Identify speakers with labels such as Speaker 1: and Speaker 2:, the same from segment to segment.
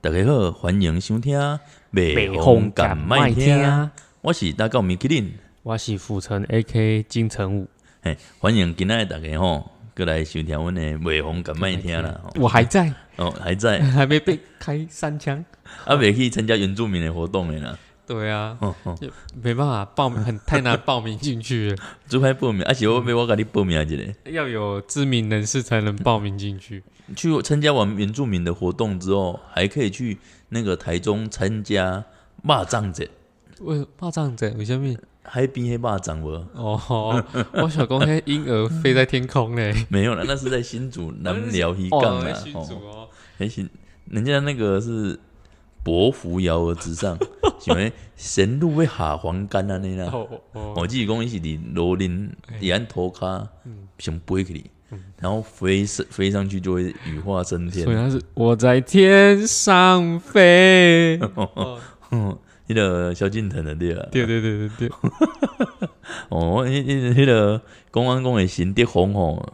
Speaker 1: 大家好，欢迎收听《
Speaker 2: 北
Speaker 1: 风
Speaker 2: 风
Speaker 1: 敢
Speaker 2: 敢啊
Speaker 1: 麦
Speaker 2: 麦
Speaker 1: 听
Speaker 2: 听》，
Speaker 1: 我是大高米克林，
Speaker 2: 我是府城 A.K. 金城武，
Speaker 1: 嘿，欢迎今仔日大家吼，过来收听阮的《北风敢麦听》啦。吼
Speaker 2: 我还在，
Speaker 1: 哦，还在
Speaker 2: 还没被开三枪。
Speaker 1: 啊，未去参加原住民的活动的啦。
Speaker 2: 对啊，
Speaker 1: 哦哦，
Speaker 2: 就没办法报名，很太难报名进去 了，
Speaker 1: 做歹报名，啊是我要我甲你报名一个。
Speaker 2: 要有知名人士才能报名进去。
Speaker 1: 去参加完原住民的活动之后，还可以去那个台中参加蚂蚱节，
Speaker 2: 为霸占者有什么？
Speaker 1: 海边黑蚂蚱无？
Speaker 2: 哦，我想讲，那婴儿飞在天空嘞，
Speaker 1: 没有啦，那是在新竹南寮渔港
Speaker 2: 哦在
Speaker 1: 啦。
Speaker 2: 新
Speaker 1: 哦
Speaker 2: 竹哦，
Speaker 1: 还行，人家那个是薄扶摇而直 上，喜欢神鹿被下黄干啊那啦。
Speaker 2: 哦哦，
Speaker 1: 我记得讲伊是伫罗林沿岸头卡
Speaker 2: 嗯
Speaker 1: 想飞起哩，然后飞上飞上去就会羽化升
Speaker 2: 所以啊
Speaker 1: 天。
Speaker 2: 他是我在天上飞。哦
Speaker 1: 迄个萧敬腾的对啊，
Speaker 2: 对对对对对，
Speaker 1: 哦，迄迄迄个公安公的神德风吼，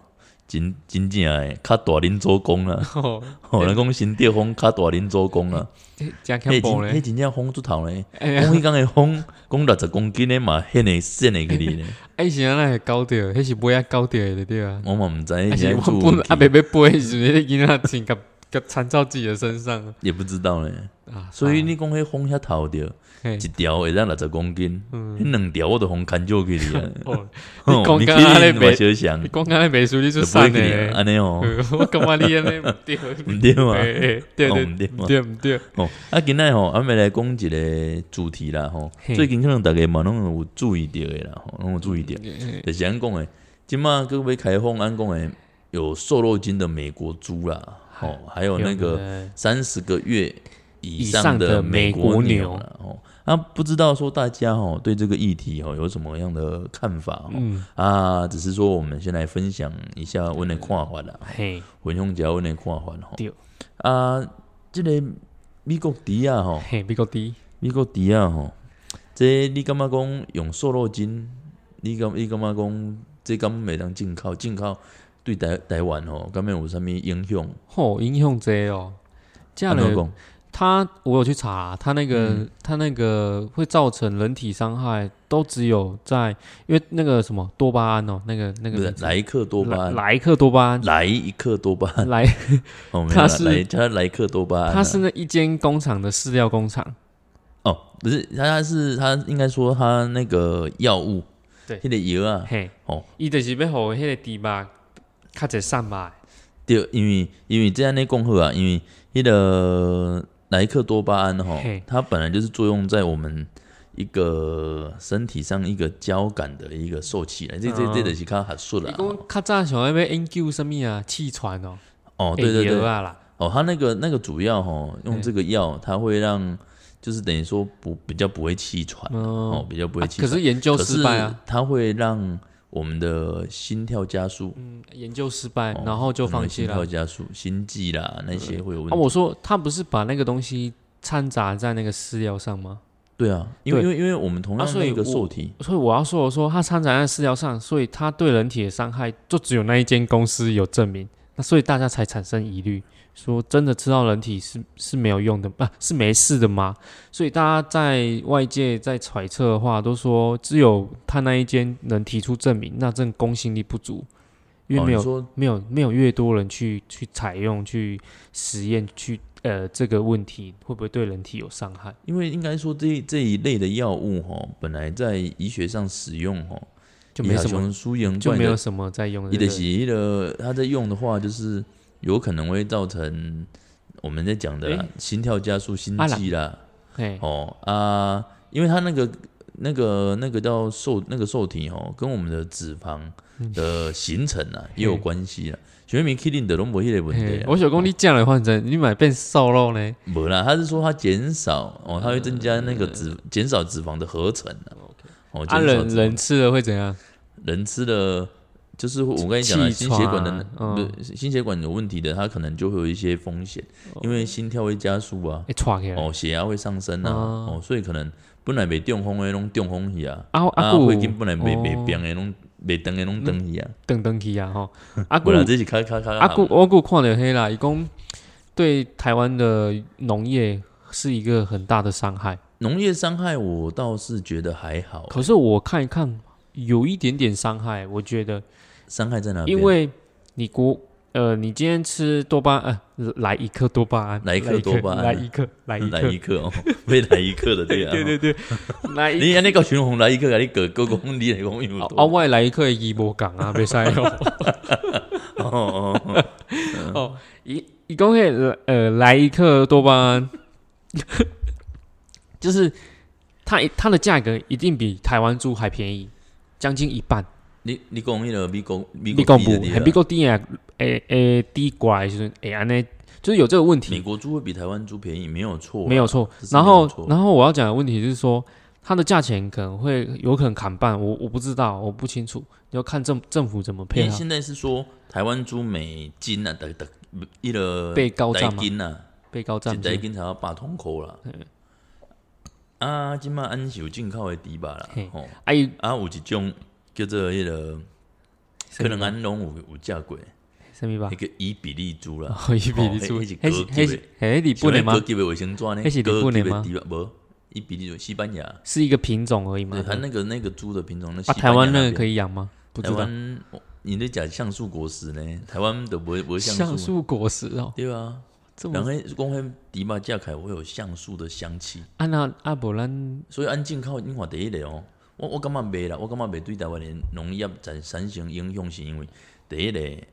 Speaker 1: 真真正诶，较大林做工啦，
Speaker 2: 哦，
Speaker 1: 吼，人讲神德风较大林做工啦，
Speaker 2: 诶加
Speaker 1: 迄
Speaker 2: 看
Speaker 1: 真
Speaker 2: 波
Speaker 1: 迄
Speaker 2: 嘞，
Speaker 1: 真正风出头咧。
Speaker 2: 哎呀
Speaker 1: 讲迄工诶风，讲六十公斤诶嘛，迄个线诶去 哩咧，
Speaker 2: 哎，是安那会搞着，迄是尾仔搞着的对啊。
Speaker 1: 我嘛毋知
Speaker 2: 而
Speaker 1: 迄
Speaker 2: 且
Speaker 1: 是
Speaker 2: 我
Speaker 1: 做
Speaker 2: 本
Speaker 1: 啊
Speaker 2: 啊，伯伯背是不是囡仔情甲甲缠到自己的身上
Speaker 1: 也不知道咧。
Speaker 2: 啊，
Speaker 1: 所以你讲迄风遐头着，
Speaker 2: 嘿
Speaker 1: 一条会当六十公斤，迄两条我都互牵少去哩啊。
Speaker 2: 嗯 哦，
Speaker 1: 吼你
Speaker 2: 你讲到
Speaker 1: 去
Speaker 2: 那
Speaker 1: 哩
Speaker 2: 里
Speaker 1: 你嘛
Speaker 2: 袂
Speaker 1: 小想，
Speaker 2: 你讲刚才美术你
Speaker 1: 就
Speaker 2: 就
Speaker 1: 不
Speaker 2: 散
Speaker 1: 会去哩
Speaker 2: 嘞，
Speaker 1: 安尼 哦，
Speaker 2: 呃我感觉你安尼毋 对，
Speaker 1: 毋对嘛。
Speaker 2: 嘿嘿对
Speaker 1: 哦
Speaker 2: 对
Speaker 1: 唔对嘛
Speaker 2: 唔对毋对，
Speaker 1: 哦，啊，今仔吼，俺们来讲一个主题啦吼。
Speaker 2: 嘿
Speaker 1: 最近可能大家嘛拢有注意到的啦，吼，拢有注意到，就是俺讲的，即马各位开放俺讲的有瘦肉精的美国猪啦，吼，还有那个
Speaker 2: 个
Speaker 1: 三十个月以
Speaker 2: 以上
Speaker 1: 的
Speaker 2: 的
Speaker 1: 美
Speaker 2: 美
Speaker 1: 国
Speaker 2: 国
Speaker 1: 牛
Speaker 2: 牛
Speaker 1: 啦哦。啊，不知道说大家哦对这个议题哦有什么样的看法哦、
Speaker 2: 嗯
Speaker 1: 啊？只是说我们先来分享一下我的看法啦，
Speaker 2: 嘿
Speaker 1: 文雄姐我的看法吼。
Speaker 2: 对
Speaker 1: 啊，这个美国猪啊吼，
Speaker 2: 嘿比较低，
Speaker 1: 美国猪啊吼，这你感觉讲用瘦肉精？你感你感觉讲这敢袂当进口？进口对台台湾吼，敢有啥物影响？
Speaker 2: 吼影响这哦，这样
Speaker 1: 安怎
Speaker 2: 的
Speaker 1: 讲，嗯
Speaker 2: 它我有去查，它那个它那个会造成人体伤害，都只有在因为那个什么多巴胺哦，那个那
Speaker 1: 不是
Speaker 2: 个
Speaker 1: 莱克多巴胺。
Speaker 2: 莱克多巴胺。
Speaker 1: 莱一克多巴胺，
Speaker 2: 莱
Speaker 1: 哦，没有
Speaker 2: 它
Speaker 1: 啦，
Speaker 2: 是
Speaker 1: 莱他莱克多巴胺啊、
Speaker 2: 它是那一间工厂的饲料工厂，
Speaker 1: 哦，不是，他他是他应该说他那个药物，
Speaker 2: 对
Speaker 1: 那个油啊，
Speaker 2: 嘿，
Speaker 1: 哦，
Speaker 2: 伊就是要互迄个猪肉较侪散肉啊的，
Speaker 1: 对，因为因为这样那共和啊，因为那个莱克多巴胺哈、
Speaker 2: 嘿
Speaker 1: 它本来就是作用在我们一个身体上一个交感的一个受器哎来，这这
Speaker 2: 哦
Speaker 1: 这的是看学术
Speaker 2: 伊
Speaker 1: 了啊、
Speaker 2: 讲较早想要要研究什物啊，气喘哦，
Speaker 1: 哦，对对
Speaker 2: 会
Speaker 1: 对
Speaker 2: 摇，啊啦，
Speaker 1: 哦，它那个那个主要哈、用
Speaker 2: 嘿
Speaker 1: 这个药，它会让就是等于说不比较不会气喘。哦
Speaker 2: 嗯，，
Speaker 1: 比较不
Speaker 2: 啊
Speaker 1: 会气
Speaker 2: 可
Speaker 1: 喘。
Speaker 2: 是研究
Speaker 1: 可
Speaker 2: 失
Speaker 1: 是
Speaker 2: 败啊，
Speaker 1: 它会让我们的心跳加速，
Speaker 2: 嗯研究失败
Speaker 1: 哦，
Speaker 2: 然后就
Speaker 1: 我们
Speaker 2: 放
Speaker 1: 的
Speaker 2: 弃
Speaker 1: 心
Speaker 2: 了
Speaker 1: 跳。加速、心悸啦那些会有问
Speaker 2: 啊，
Speaker 1: 题。
Speaker 2: 我说他不是把那个东西掺杂在那个饲料上吗？
Speaker 1: 对啊，因为因
Speaker 2: 对
Speaker 1: 为因为我们同
Speaker 2: 啊
Speaker 1: 样
Speaker 2: 所以
Speaker 1: 那个
Speaker 2: 我
Speaker 1: 受体，
Speaker 2: 所以我要说，我说它掺杂在饲料上，所以它对人体的伤害就只有那一间公司有证明，那所以大家才产生疑虑，说真的吃到人体是是没有用的，不、 啊、是没事的吗？所以大家在外界在揣测的话，都说只有他那一间能提出证明，那证公信力不足，因为
Speaker 1: 哦
Speaker 2: 没有、
Speaker 1: 你说
Speaker 2: 没有没有越多人去去采用、去实验、去呃这个问题会不会对人体有伤害？
Speaker 1: 因为应该说这这一类的药物哈，本来在医学上使用哈，
Speaker 2: 就没什么，
Speaker 1: 输赢
Speaker 2: 就
Speaker 1: 怪
Speaker 2: 没有
Speaker 1: 的，
Speaker 2: 什么在用的
Speaker 1: 你
Speaker 2: 对
Speaker 1: 的
Speaker 2: 不对。
Speaker 1: 血的，它在用的话，就是有可能会造成我们在讲的啦心跳加速、心
Speaker 2: 啊啦
Speaker 1: 悸啦。
Speaker 2: 嘿，
Speaker 1: 哦啊，因为它那个那个那个叫受那个受体哦，跟我们的脂肪的
Speaker 2: 嗯
Speaker 1: 形成啊也有关系啦。全民 killing 的龙博迄个问题
Speaker 2: 嘿
Speaker 1: 啊，
Speaker 2: 我想讲你这样来换成你买变瘦肉呢？
Speaker 1: 无啦，他是说它减少哦，它会增加那个脂减少脂肪的合成啊。哦，
Speaker 2: 啊，
Speaker 1: 减少
Speaker 2: 人
Speaker 1: 脂肪
Speaker 2: 人吃了会怎样？
Speaker 1: 人吃的，就是我跟你讲的，
Speaker 2: 气
Speaker 1: 心血管的
Speaker 2: 喘
Speaker 1: 那、
Speaker 2: 嗯
Speaker 1: 不是心血管有问题的，它可能就会有一些风险，
Speaker 2: 哦哎
Speaker 1: 因为心跳会加速啊，
Speaker 2: 会喘起来。
Speaker 1: 哦，血压会上升啊，
Speaker 2: 哦
Speaker 1: 哦，所以可能本来被中风的拢中风去啊。
Speaker 2: 啊
Speaker 1: 啊，
Speaker 2: 还有
Speaker 1: 火金本来袂袂
Speaker 2: 哦
Speaker 1: 变的，拢袂长的，拢长去啊。
Speaker 2: 登登去啊吼。啊啊
Speaker 1: 不然
Speaker 2: 古
Speaker 1: 这是较较较啊
Speaker 2: 啊古我古看到黑啦，伊讲对台湾的农业是一个很大的伤害。
Speaker 1: 农业伤害我倒是觉得还好，
Speaker 2: 可是我看一看，有一点点伤害，我觉得，
Speaker 1: 伤害在哪边？
Speaker 2: 因为你国呃，你今天吃多巴胺，呃来一颗多巴胺，
Speaker 1: 来一颗多巴胺
Speaker 2: 来一颗，来一
Speaker 1: 来
Speaker 2: 颗，
Speaker 1: 一克哦， 被来一克的对啊。
Speaker 2: 对对对，来一
Speaker 1: 你安尼到群红来一克，甲你哥哥讲 你来讲有
Speaker 2: 啊
Speaker 1: 多
Speaker 2: 啊，我来一颗的伊无共啊，袂使哦。
Speaker 1: 哦哦 哦
Speaker 2: 哦，一一共会呃来一克多巴胺， 就是它它的价格一定比台湾猪还便宜，将近一半。
Speaker 1: 你你讲迄个美国美国
Speaker 2: 美国
Speaker 1: 猪的
Speaker 2: 不
Speaker 1: 对啊
Speaker 2: 还美国低啊，诶诶低过来就是诶安尼，就是有这个问
Speaker 1: 美
Speaker 2: 题，
Speaker 1: 国猪会比台湾猪便宜，没有错啊，
Speaker 2: 没有错
Speaker 1: 这。是没有
Speaker 2: 然后
Speaker 1: 错
Speaker 2: 然后我要讲的问题是说，它的价钱可能会有可能砍半，我我不知道，我不清楚，要看政政府怎么
Speaker 1: 因
Speaker 2: 配
Speaker 1: 为
Speaker 2: 合
Speaker 1: 现在是说台湾猪每斤啊，得得一个
Speaker 2: 被高
Speaker 1: 台
Speaker 2: 涨嘛，
Speaker 1: 斤啊，
Speaker 2: 被高
Speaker 1: 一
Speaker 2: 涨
Speaker 1: 台斤才要八通口啦。啊，即马安是有进口的猪肉啦
Speaker 2: 嘿，
Speaker 1: 吼
Speaker 2: 哎，
Speaker 1: 啊有一种叫做迄个，可能安拢有有食过，
Speaker 2: 啊什么吧
Speaker 1: 迄？个伊比利猪啦，
Speaker 2: 哦，伊比利猪，
Speaker 1: 哦迄
Speaker 2: 迄是
Speaker 1: 迄是
Speaker 2: 迄是迄日本的
Speaker 1: 高
Speaker 2: 吗？
Speaker 1: 级的卫生纸呢？
Speaker 2: 那是日本
Speaker 1: 高级
Speaker 2: 的吗
Speaker 1: 猪肉无，伊比利猪西班牙，
Speaker 2: 是一个品种而已嘛
Speaker 1: 对，。它那个那个猪的品种，那西
Speaker 2: 啊，
Speaker 1: 班牙
Speaker 2: 台湾那个可
Speaker 1: 以，
Speaker 2: 以养吗？不知
Speaker 1: 台
Speaker 2: 道。
Speaker 1: 湾哦你在讲橡树果实呢？台湾都不会不会
Speaker 2: 橡
Speaker 1: 橡树嘛，
Speaker 2: 树果实哦，
Speaker 1: 对啊。
Speaker 2: 这
Speaker 1: 然
Speaker 2: 么
Speaker 1: 后公黑迪马架凯会有橡树的香气，
Speaker 2: 啊那啊不然
Speaker 1: 所以安静靠樱花第一类哦。我我感觉袂啦，我感觉袂对台湾的农业产产生影响，是因为第一类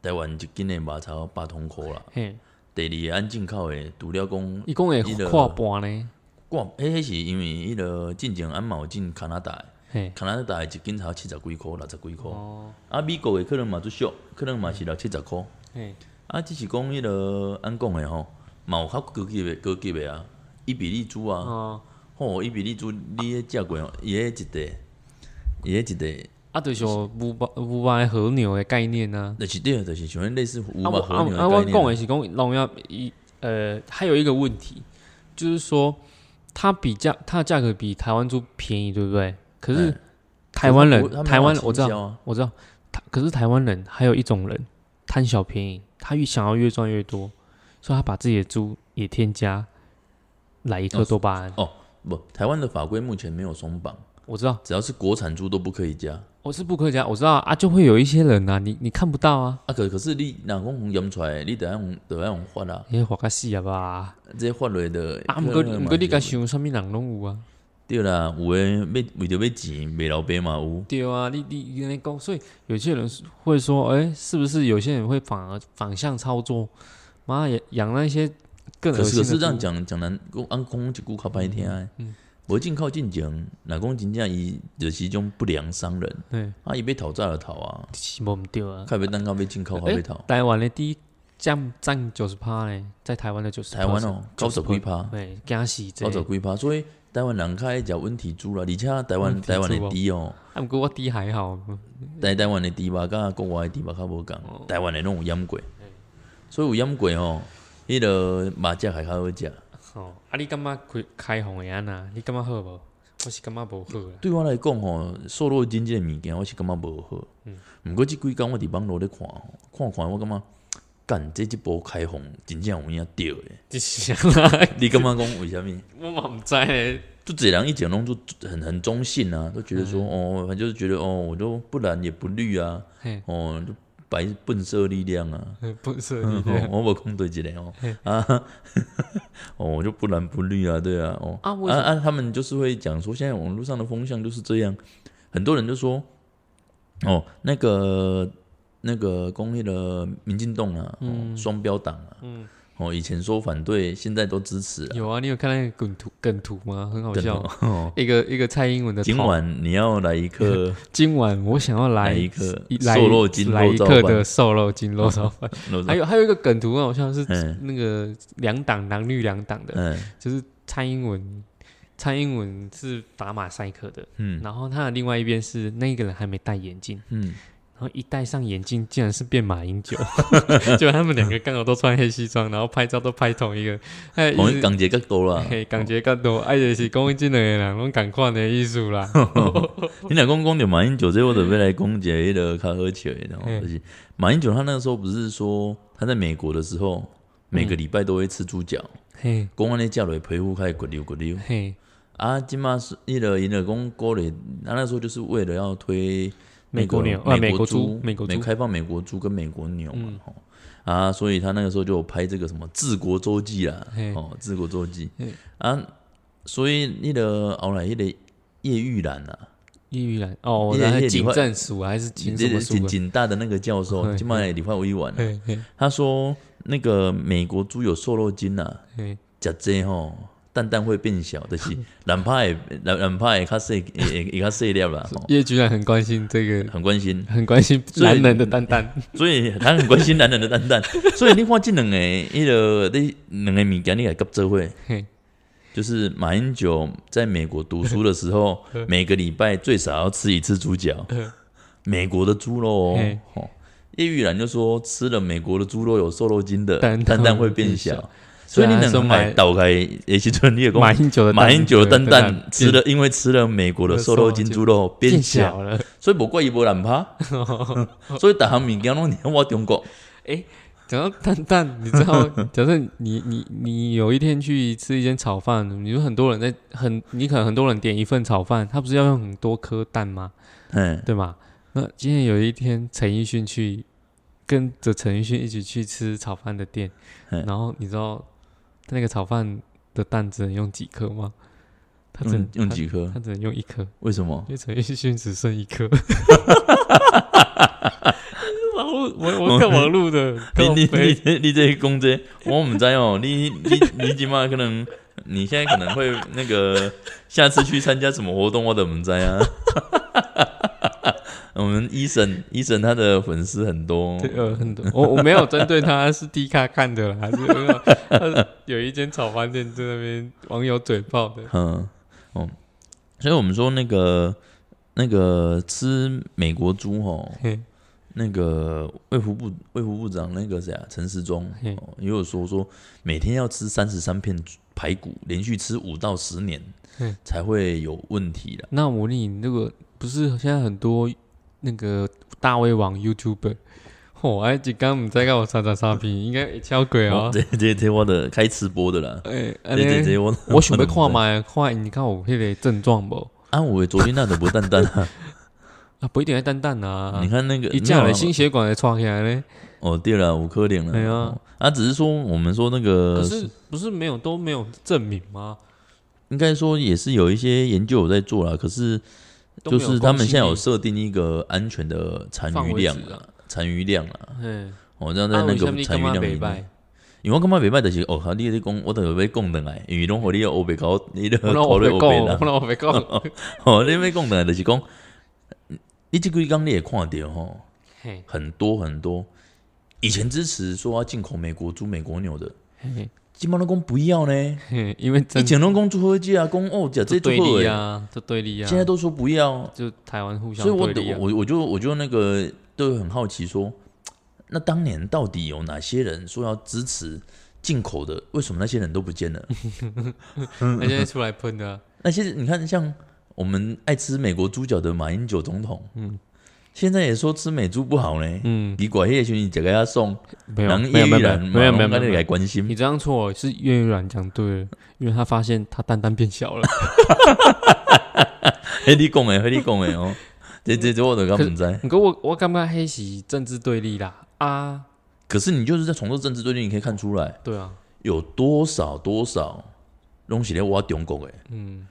Speaker 1: 台湾一斤的马超八通块啦，
Speaker 2: 嘿，
Speaker 1: 第二个安进口的除了讲
Speaker 2: 一共也
Speaker 1: 那个
Speaker 2: 跨半呢，
Speaker 1: 挂，迄迄是因为迄个进前安嘛有进加拿大的，
Speaker 2: 嘿，
Speaker 1: 加拿大的一斤才七十几箍，六十几箍。
Speaker 2: 哦
Speaker 1: 啊，美国的可能嘛最俗，可能嘛是六七十箍。
Speaker 2: 嘿，
Speaker 1: 啊，只是讲迄、个安讲的吼，嘛有较高级的高级的啊，伊比利猪啊，
Speaker 2: 哦，
Speaker 1: 吼、伊比利猪你迄食过吼，伊迄一块，伊迄一块，
Speaker 2: 啊就是有牛巴牛巴的和牛的概念啊。
Speaker 1: 就是对，就是像那类似五马
Speaker 2: 啊我
Speaker 1: 和
Speaker 2: 啊
Speaker 1: 牛
Speaker 2: 啊
Speaker 1: 的
Speaker 2: 我
Speaker 1: 概
Speaker 2: 讲
Speaker 1: 念啊。
Speaker 2: 的是讲农药一呃还有一个问题，就是说它比价它的价格比台湾猪便宜，对不对？可是
Speaker 1: 哎
Speaker 2: 台湾人
Speaker 1: 可是他们
Speaker 2: 台湾
Speaker 1: 他们
Speaker 2: 我知道
Speaker 1: 倾销啊
Speaker 2: 我知道，他可是台湾人还有一种人贪小便宜，他越想要越赚越多，所以他把自己的猪也添加来一克多巴胺。
Speaker 1: 不，台湾的法规目前没有松绑，
Speaker 2: 我知道，
Speaker 1: 只要是国产猪都不可以加。
Speaker 2: 我是不客加，我知道啊，就会有一些人啊，你你看不到啊，
Speaker 1: 啊，可可是你若讲红验出来，你得用得用法啊，
Speaker 2: 你活该死啊吧？
Speaker 1: 这法律的。
Speaker 2: 啊，毋过毋过你
Speaker 1: 个
Speaker 2: 敢想什么人拢有啊？
Speaker 1: 对啦，有诶，要为着要钱，卖老爸嘛有。
Speaker 2: 对啊，你你你那讲，所以有些人会说，哎，是不是有些人会反而反向操作？妈也养那些更
Speaker 1: 可
Speaker 2: 恶
Speaker 1: 是
Speaker 2: 心
Speaker 1: 可
Speaker 2: 的
Speaker 1: 是这样
Speaker 2: 猪
Speaker 1: 讲讲难，讲按讲一句较歹听
Speaker 2: 嗯
Speaker 1: 诶。无进口进前，若讲真正伊就是一种不良商人，
Speaker 2: 对，
Speaker 1: 啊，伊要逃早就逃啊，
Speaker 2: 是无毋对啊。
Speaker 1: 较袂等到要进口，较
Speaker 2: 诶
Speaker 1: 要逃。
Speaker 2: 台湾的第一占占九十趴呢，在台湾的九十，
Speaker 1: 台湾
Speaker 2: 哎
Speaker 1: 哦，九十几趴，
Speaker 2: 对，惊死这
Speaker 1: 九。十几趴，所以台湾人较爱食温体猪啦，而且台湾
Speaker 2: 温体猪
Speaker 1: 台湾的
Speaker 2: 哦
Speaker 1: 猪哦，
Speaker 2: 啊，毋过我低还好，
Speaker 1: 台台湾的猪肉甲国外的猪肉较无共，台湾的拢有阉过，所以有阉过吼，迄个肉食还较好食。
Speaker 2: 哦，啊，你感觉开开放的安那？啊你感觉好无？我是感觉无好 啦。
Speaker 1: 对我来讲吼，瘦肉精这个物件，我是感觉无好。毋过即几工我伫网络咧看吼，看看我感觉，干这一波开放真正有影对诶。
Speaker 2: 就是啦，
Speaker 1: 你感觉讲为虾米？
Speaker 2: 我嘛毋知咧。
Speaker 1: 就这人一讲拢就很很中性啊，都觉得说、哦，反正就是觉得哦，我都不蓝也不绿啊
Speaker 2: 嘿，
Speaker 1: 哦，就白笨色力量啊。
Speaker 2: 不是
Speaker 1: 嗯
Speaker 2: 你
Speaker 1: 哦
Speaker 2: 的
Speaker 1: 我无空对一个哦啊， 哦，我就不蓝不绿啊，对啊，哦
Speaker 2: 啊为
Speaker 1: 啊
Speaker 2: 什
Speaker 1: 啊，他们就是会讲说，现在网络上的风向就是这样，很多人就说，哦，那个那个公益的民进党啊，哦，双、标党啊，嗯，哦，以前说反对，现在都支持啊，
Speaker 2: 有啊，你有看那个梗图梗图吗？很好
Speaker 1: 真的
Speaker 2: 笑，
Speaker 1: 哦。
Speaker 2: 一个一个蔡英文的 头。
Speaker 1: 今晚你要来一 颗
Speaker 2: 今晚我想要来
Speaker 1: 来一颗
Speaker 2: 来
Speaker 1: 瘦肉精
Speaker 2: 来
Speaker 1: 肉
Speaker 2: 一
Speaker 1: 燥
Speaker 2: 克
Speaker 1: 饭
Speaker 2: 的瘦肉精肉燥 饭。
Speaker 1: 肉
Speaker 2: 还
Speaker 1: 燥，
Speaker 2: 有还有一个梗图很啊好像是
Speaker 1: 嗯
Speaker 2: 那个两党蓝绿两党的，
Speaker 1: 嗯
Speaker 2: 就是蔡英文，蔡英文是打马赛克的，
Speaker 1: 嗯
Speaker 2: 然后他的另外一边是那个人还没戴眼镜，
Speaker 1: 嗯，
Speaker 2: 然后一戴上眼镜竟然是变马英 九， 就他们两个刚好都穿黑西装，然后拍照都拍同一个，哎，
Speaker 1: 同
Speaker 2: 一
Speaker 1: 一
Speaker 2: 直
Speaker 1: 港节角度啊 啦，
Speaker 2: 嘿，感觉更多，哎，就是讲真的人拢共款的意思 啦，
Speaker 1: 你老公讲到马英九这，我准备来讲解一个较好笑的，然后
Speaker 2: 嗯
Speaker 1: 就是马英九他那个时候不是说他在美国的时候，每个礼拜都会吃猪脚，
Speaker 2: 嘿
Speaker 1: 公安的叫落皮肤开始滚溜滚溜。
Speaker 2: 嘿，
Speaker 1: 啊，今嘛是伊了伊了讲国内，那那时候就是为了要推那
Speaker 2: 美
Speaker 1: 个
Speaker 2: 国牛啊，美
Speaker 1: 国
Speaker 2: 国猪，美国
Speaker 1: 美
Speaker 2: 猪，
Speaker 1: 开放美国猪跟美国牛嘛，吼啊，所以他那个时候就有拍这个什么治国周记啦
Speaker 2: 嘿，
Speaker 1: 哦，治国周记
Speaker 2: 嘿
Speaker 1: 啊，所以那个后来那个叶玉兰啊，
Speaker 2: 叶玉兰哦，我
Speaker 1: 叶叶
Speaker 2: 那
Speaker 1: 你
Speaker 2: 警
Speaker 1: 会
Speaker 2: 政署啊还是警什么署
Speaker 1: 警
Speaker 2: 的？
Speaker 1: 警大的那个教授，
Speaker 2: 嘿
Speaker 1: 今嘛理化委婉啊，
Speaker 2: 嘿嘿
Speaker 1: 他说那个美国猪有瘦肉精啊，
Speaker 2: 嘿，
Speaker 1: 食这吼，蛋蛋会变小，就是 卵泡也卵卵泡也较细， 也也也较细粒啦，吼
Speaker 2: 叶居然很关心这个，
Speaker 1: 很关心，
Speaker 2: 很关心
Speaker 1: 所以
Speaker 2: 男人的蛋蛋。
Speaker 1: 所以他很关心男人的蛋蛋，所以你看这两个，迄个你两个物件你来夹做伙，
Speaker 2: 嘿，
Speaker 1: 就是马英九在美国读书的时 候，
Speaker 2: 嗯
Speaker 1: 每个礼拜最少要吃一次猪脚，美国的猪肉哦
Speaker 2: 嘿。
Speaker 1: 吼叶玉兰就说，吃了美国的猪肉有瘦肉精的，
Speaker 2: 蛋
Speaker 1: 蛋
Speaker 2: 蛋
Speaker 1: 蛋会变
Speaker 2: 会变
Speaker 1: 小
Speaker 2: 小，
Speaker 1: 所以你
Speaker 2: 所以他
Speaker 1: 能
Speaker 2: 说
Speaker 1: 买
Speaker 2: 买
Speaker 1: 倒开，也是纯你也
Speaker 2: 马英九的
Speaker 1: 马英九的
Speaker 2: 蛋
Speaker 1: 蛋蛋吃了，因为吃了美国的瘦肉精猪肉变
Speaker 2: 变
Speaker 1: 小，
Speaker 2: 小了。
Speaker 1: 所以不怪伊无难拍，所以大项物件拢念我中国，
Speaker 2: 讲到蛋蛋，你知 道，假设你你你有一天去吃一间炒饭，你说很多人在很，你可能很多人点一份炒饭，他不是要用很多颗蛋吗？
Speaker 1: 嗯，
Speaker 2: 对吗？那今天有一天陈奕迅去跟着陈奕迅一起去吃炒饭的店，
Speaker 1: 嗯
Speaker 2: 然后你知道那个炒饭的蛋只能用几颗吗？他只
Speaker 1: 用
Speaker 2: 能
Speaker 1: 用几颗
Speaker 2: 他？他只能用一颗，
Speaker 1: 为什么？
Speaker 2: 因为陈奕迅只剩一 颗。然后我我看网路的，
Speaker 1: 你你
Speaker 2: 靠北
Speaker 1: 你你你这公这，我唔知哦，你你你今嘛可能，你现在可能会那个，下次去参加什么活动我都唔知啊。 我们医生医生他的粉丝很多，
Speaker 2: 对呃，很多，我我没有针对他，是 D 卡看的啦，就是 他有一间炒饭店在那边网友嘴炮的，
Speaker 1: 嗯，哦，所以我们说那个那个吃美国猪哦，
Speaker 2: 嘿，
Speaker 1: 那个卫福部卫福部长那个谁啊，陈时中、
Speaker 2: 嘿
Speaker 1: 哦、也有说说，每天要吃三十三片排骨，连续吃五到十年
Speaker 2: 嗯
Speaker 1: 才会有问题的。
Speaker 2: 那我问你，那个不是现在很多那个大胃王 YouTuber，吼、哎，一刚唔知道我啥啥啥片，应该会超过
Speaker 1: 哦
Speaker 2: 哦。
Speaker 1: 这这这我的开吃播的啦，
Speaker 2: 哎，
Speaker 1: 这
Speaker 2: 安
Speaker 1: 这
Speaker 2: 尼
Speaker 1: 这我
Speaker 2: 我想要看
Speaker 1: 嘛。
Speaker 2: 嘛，看你看有迄个症状无？
Speaker 1: 啊，我昨天那都不淡淡啊，
Speaker 2: 啊，不一定要蛋蛋啊
Speaker 1: 你，看那个
Speaker 2: 一架
Speaker 1: 没
Speaker 2: 了
Speaker 1: 有啊
Speaker 2: 心血管会创起来呢。
Speaker 1: 哦，对了，五颗零了。
Speaker 2: 哎呀
Speaker 1: 哦啊，只是说我们说那
Speaker 2: 可
Speaker 1: 个
Speaker 2: 是不是没有都没有证明吗？
Speaker 1: 应该说也是有一些研究有在做啦，可是
Speaker 2: 都没
Speaker 1: 就
Speaker 2: 有
Speaker 1: 是他们
Speaker 2: 公信
Speaker 1: 现在有
Speaker 2: 力
Speaker 1: 设定一个安全的残
Speaker 2: 范
Speaker 1: 余
Speaker 2: 围
Speaker 1: 量
Speaker 2: 值
Speaker 1: 啦
Speaker 2: 啊，
Speaker 1: 残余量啦，
Speaker 2: 嗯，
Speaker 1: 哦，这样在
Speaker 2: 啊，
Speaker 1: 那
Speaker 2: 为什
Speaker 1: 个
Speaker 2: 么你
Speaker 1: 残
Speaker 2: 干
Speaker 1: 余
Speaker 2: 嘛
Speaker 1: 量
Speaker 2: 袂
Speaker 1: 里
Speaker 2: 歹
Speaker 1: 面。？因为我感觉袂歹，就是哦，哈，你咧讲，我都有要讲倒来，因为拢互你欧白搞，你咧
Speaker 2: 我让我
Speaker 1: 讨论
Speaker 2: 袂
Speaker 1: 欧
Speaker 2: 讲，
Speaker 1: 白
Speaker 2: 我
Speaker 1: 啦。
Speaker 2: 让我 袂讲。
Speaker 1: 哦，你要讲倒来，就是讲，你即几工你也看着吼，
Speaker 2: 嘿，
Speaker 1: 很多很多，以前支持说要进口美国猪、美国牛的，
Speaker 2: 嘿，
Speaker 1: 基本上讲不要呢。
Speaker 2: 嘿，因为
Speaker 1: 以
Speaker 2: 真
Speaker 1: 前拢讲猪喝鸡啊，讲哦，讲这
Speaker 2: 这
Speaker 1: 猪
Speaker 2: 对
Speaker 1: 好
Speaker 2: 立
Speaker 1: 诶，
Speaker 2: 啊，这对立啊，
Speaker 1: 现在都说不要，
Speaker 2: 就台湾互相
Speaker 1: 所以我
Speaker 2: 对立啊。
Speaker 1: 我我就我就那个都很好奇说，那当年到底有哪些人说要支持进口的？为什么那些人都不见了？嗯
Speaker 2: 那现在出来 喷的啊，
Speaker 1: 那些你看，像我们爱吃美国猪脚的马英九总统，嗯，现在也说吃美猪不好呢。
Speaker 2: 嗯，
Speaker 1: 你管叶兄，你给他送，
Speaker 2: 没有
Speaker 1: 然后
Speaker 2: 没
Speaker 1: 叶
Speaker 2: 有
Speaker 1: 玉
Speaker 2: 没有
Speaker 1: 兰
Speaker 2: 没有没有
Speaker 1: 那里
Speaker 2: 没
Speaker 1: 来
Speaker 2: 有，
Speaker 1: 关心
Speaker 2: 你，这样错了是岳玉兰讲对了，因为他发现他蛋蛋变小了。
Speaker 1: 黑你讲诶，黑你讲诶哦，这这这我都搞不知。
Speaker 2: 不过我我感觉黑是政治对立啦啊，
Speaker 1: 可是你就是在从这政治对立，你可以看出来
Speaker 2: 对啊，
Speaker 1: 有多少多少东西在挖中国诶。
Speaker 2: 嗯，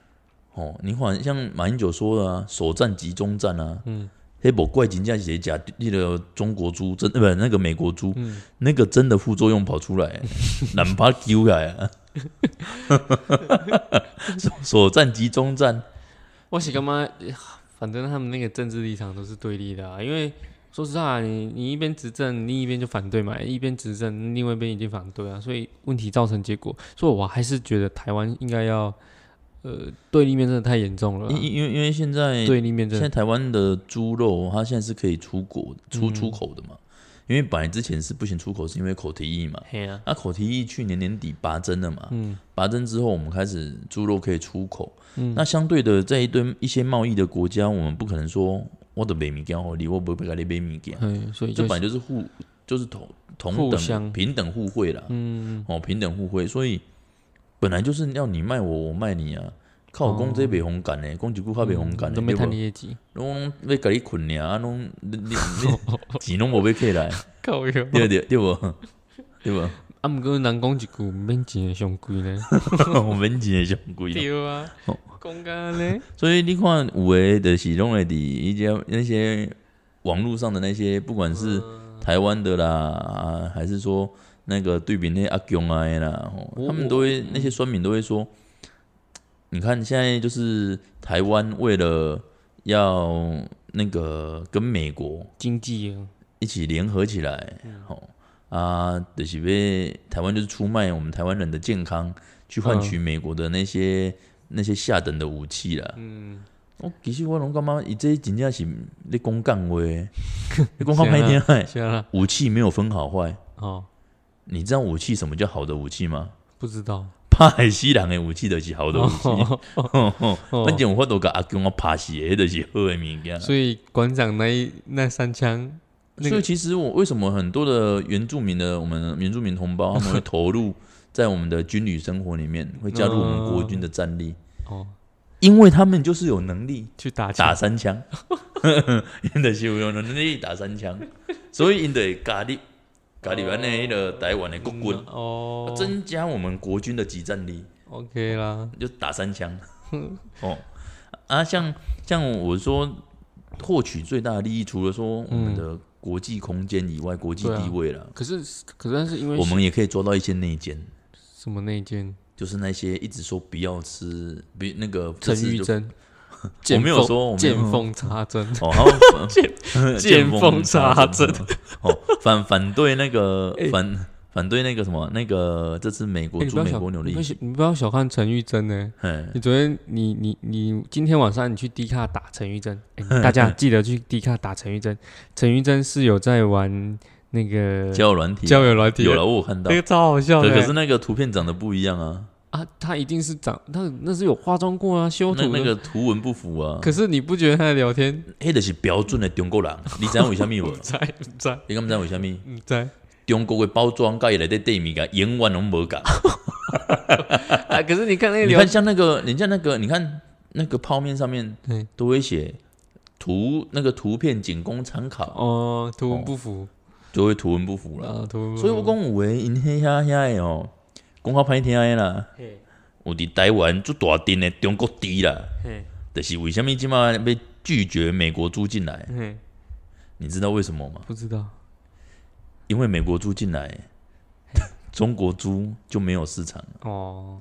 Speaker 1: 哦，你看像马英九说的啊，首战集中战啊，嗯，黑宝怪金价写假那个中国猪真呃不那个美国猪，
Speaker 2: 嗯
Speaker 1: 那个真的副作用跑出 来，懒怕丢来啊，首首战集中战，
Speaker 2: 我是干嘛？呃反正他们那个政治立场都是对立的啊，因为说实话，你你一边执政，另一边就反对嘛，一边执政，另外一边一定反对啊，所以问题造成结果，所以我还是觉得台湾应该要，呃，对立面真的太严重了啊、
Speaker 1: 因因因为因为现在
Speaker 2: 对立面真
Speaker 1: 现
Speaker 2: 的
Speaker 1: 在台湾的猪肉它现在是可以出国
Speaker 2: 嗯
Speaker 1: 出出口的嘛，因为本来之前是不行出口，是因为口蹄疫嘛，
Speaker 2: 黑啊，
Speaker 1: 那口蹄疫去年年底拔针了嘛，
Speaker 2: 嗯
Speaker 1: 拔针之后我们开始猪肉可以出口，那相对的在一堆一些贸易的国家，我们不可能说我的北米干或你我不会给你北米干，
Speaker 2: 嗯，所以
Speaker 1: 这
Speaker 2: 就
Speaker 1: 本来就是互就是同同
Speaker 2: 互
Speaker 1: 等
Speaker 2: 相
Speaker 1: 平等互惠啦，嗯，哦，平等互惠，所以本来就是要你卖我，我卖你啊，靠我讲这北红干呢，讲一句话北红干呢，
Speaker 2: 哦嗯都没
Speaker 1: 对
Speaker 2: 谈
Speaker 1: 不？
Speaker 2: 业绩，
Speaker 1: 拢要甲你困呢，啊，拢你你 你钱拢无要起来，
Speaker 2: 靠哟！
Speaker 1: 对不对？对不？对不？
Speaker 2: 啊，毋过人讲一句，免钱的上贵呢。
Speaker 1: 我们钱也上贵啊。
Speaker 2: 对啊，讲噶呢？
Speaker 1: 所以你看，有的就是拢会伫一些那些网络上的那些，不管是台湾的啦，啊还是说那个对比那些阿公啊的啦，吼
Speaker 2: 我
Speaker 1: 他们都会那些酸民都会说，你看现在就是台湾为了要那个跟美国
Speaker 2: 经济啊，
Speaker 1: 一起联合起来，
Speaker 2: 嗯
Speaker 1: 吼、啊，就是被台湾就是出卖我们台湾人的健康，去换取美国的那
Speaker 2: 嗯
Speaker 1: 些、那些下等的武器啦。嗯，我、其实我拢感觉伊这真正是咧讲干 话，你讲较歹听诶，
Speaker 2: 是啊，
Speaker 1: 武器没有分好坏，
Speaker 2: 哦，
Speaker 1: 你知道武器什么叫好的武器吗？
Speaker 2: 不知道，
Speaker 1: 拍海西人的武器就是好的武器，
Speaker 2: 哦
Speaker 1: 反正有法度甲阿公我拍死的，迄就是好的物件。
Speaker 2: 所以馆长那一那三枪，那
Speaker 1: 所以
Speaker 2: 个
Speaker 1: 其实我为什么很多的原住民的我们原住民同胞，他们会投入在我们的军旅生活里面，会加入我们国军的战力，
Speaker 2: 哦，
Speaker 1: 因为他们就是有能力
Speaker 2: 去打
Speaker 1: 打
Speaker 2: 架，
Speaker 1: 三枪， 因的是有能力打三枪，所以因得咖喱咖喱完那个台湾的国军，
Speaker 2: 哦，
Speaker 1: 增加我们国军的集战力。
Speaker 2: OK 啦，
Speaker 1: 就打三枪。 哦，啊，像像我说，获取最大的利益，除了说我们的国际空间以外，国际
Speaker 2: 对啊啊
Speaker 1: 地位啦，
Speaker 2: 可是可是但是因为
Speaker 1: 我们也可以抓到一些内奸，
Speaker 2: 什么内奸，
Speaker 1: 就是那些一直说不要吃，比那个
Speaker 2: 陈玉
Speaker 1: 玉珍，
Speaker 2: 珍，
Speaker 1: 我没有
Speaker 2: 见缝
Speaker 1: 说我没有
Speaker 2: 见缝插针，
Speaker 1: 哦，还有见
Speaker 2: 见缝插针，
Speaker 1: 哦，反反对那个
Speaker 2: 哎
Speaker 1: 反反对那个什么那个这次美国
Speaker 2: 哎你不
Speaker 1: 驻
Speaker 2: 要
Speaker 1: 美
Speaker 2: 小
Speaker 1: 国牛的
Speaker 2: 你不
Speaker 1: 疫
Speaker 2: 要
Speaker 1: 情，
Speaker 2: 小你不要小看陈玉珍呢。
Speaker 1: 哎，
Speaker 2: 你昨天，你你你今天晚上你去 D 卡打陈玉珍， 哎大家记得去 D 卡打陈玉珍。陈玉珍是有在玩那个
Speaker 1: 交友软体
Speaker 2: 交友软体的，
Speaker 1: 有了，我有看到
Speaker 2: 那，个超好笑的
Speaker 1: 对，可
Speaker 2: 欸。
Speaker 1: 是那个图片长得不一样啊，
Speaker 2: 啊，他一定是长，他那是有化妆过啊，修
Speaker 1: 那
Speaker 2: 图的
Speaker 1: 那个图文不符啊，
Speaker 2: 可是你不觉得他在聊天？？
Speaker 1: 迄就是标准的中国人，你知影为虾米无
Speaker 2: 在在
Speaker 1: 你敢不知影为虾米？
Speaker 2: 在
Speaker 1: 中国的包装甲伊内底对物件永远拢无 共。
Speaker 2: 啊！可是你看那个
Speaker 1: 你
Speaker 2: 聊
Speaker 1: 看，像那个，人家那个，你看那个泡面上面
Speaker 2: 对
Speaker 1: 都会写图，那个图片仅供参考，
Speaker 2: 哦，图文不符
Speaker 1: 就会图文不符啦。
Speaker 2: 啊，图文不符。
Speaker 1: 所以我讲有诶，因遐遐遐的哦，讲较歹听的啦
Speaker 2: 嘿。
Speaker 1: 有伫台湾做大阵的中国猪啦，
Speaker 2: 嘿，
Speaker 1: 就是为虾米即马被拒绝美国猪进来？
Speaker 2: 嘿，
Speaker 1: 你知道为什么吗？
Speaker 2: 不知道
Speaker 1: 因为美国猪进来， 中国猪就没有市场了，
Speaker 2: 哦。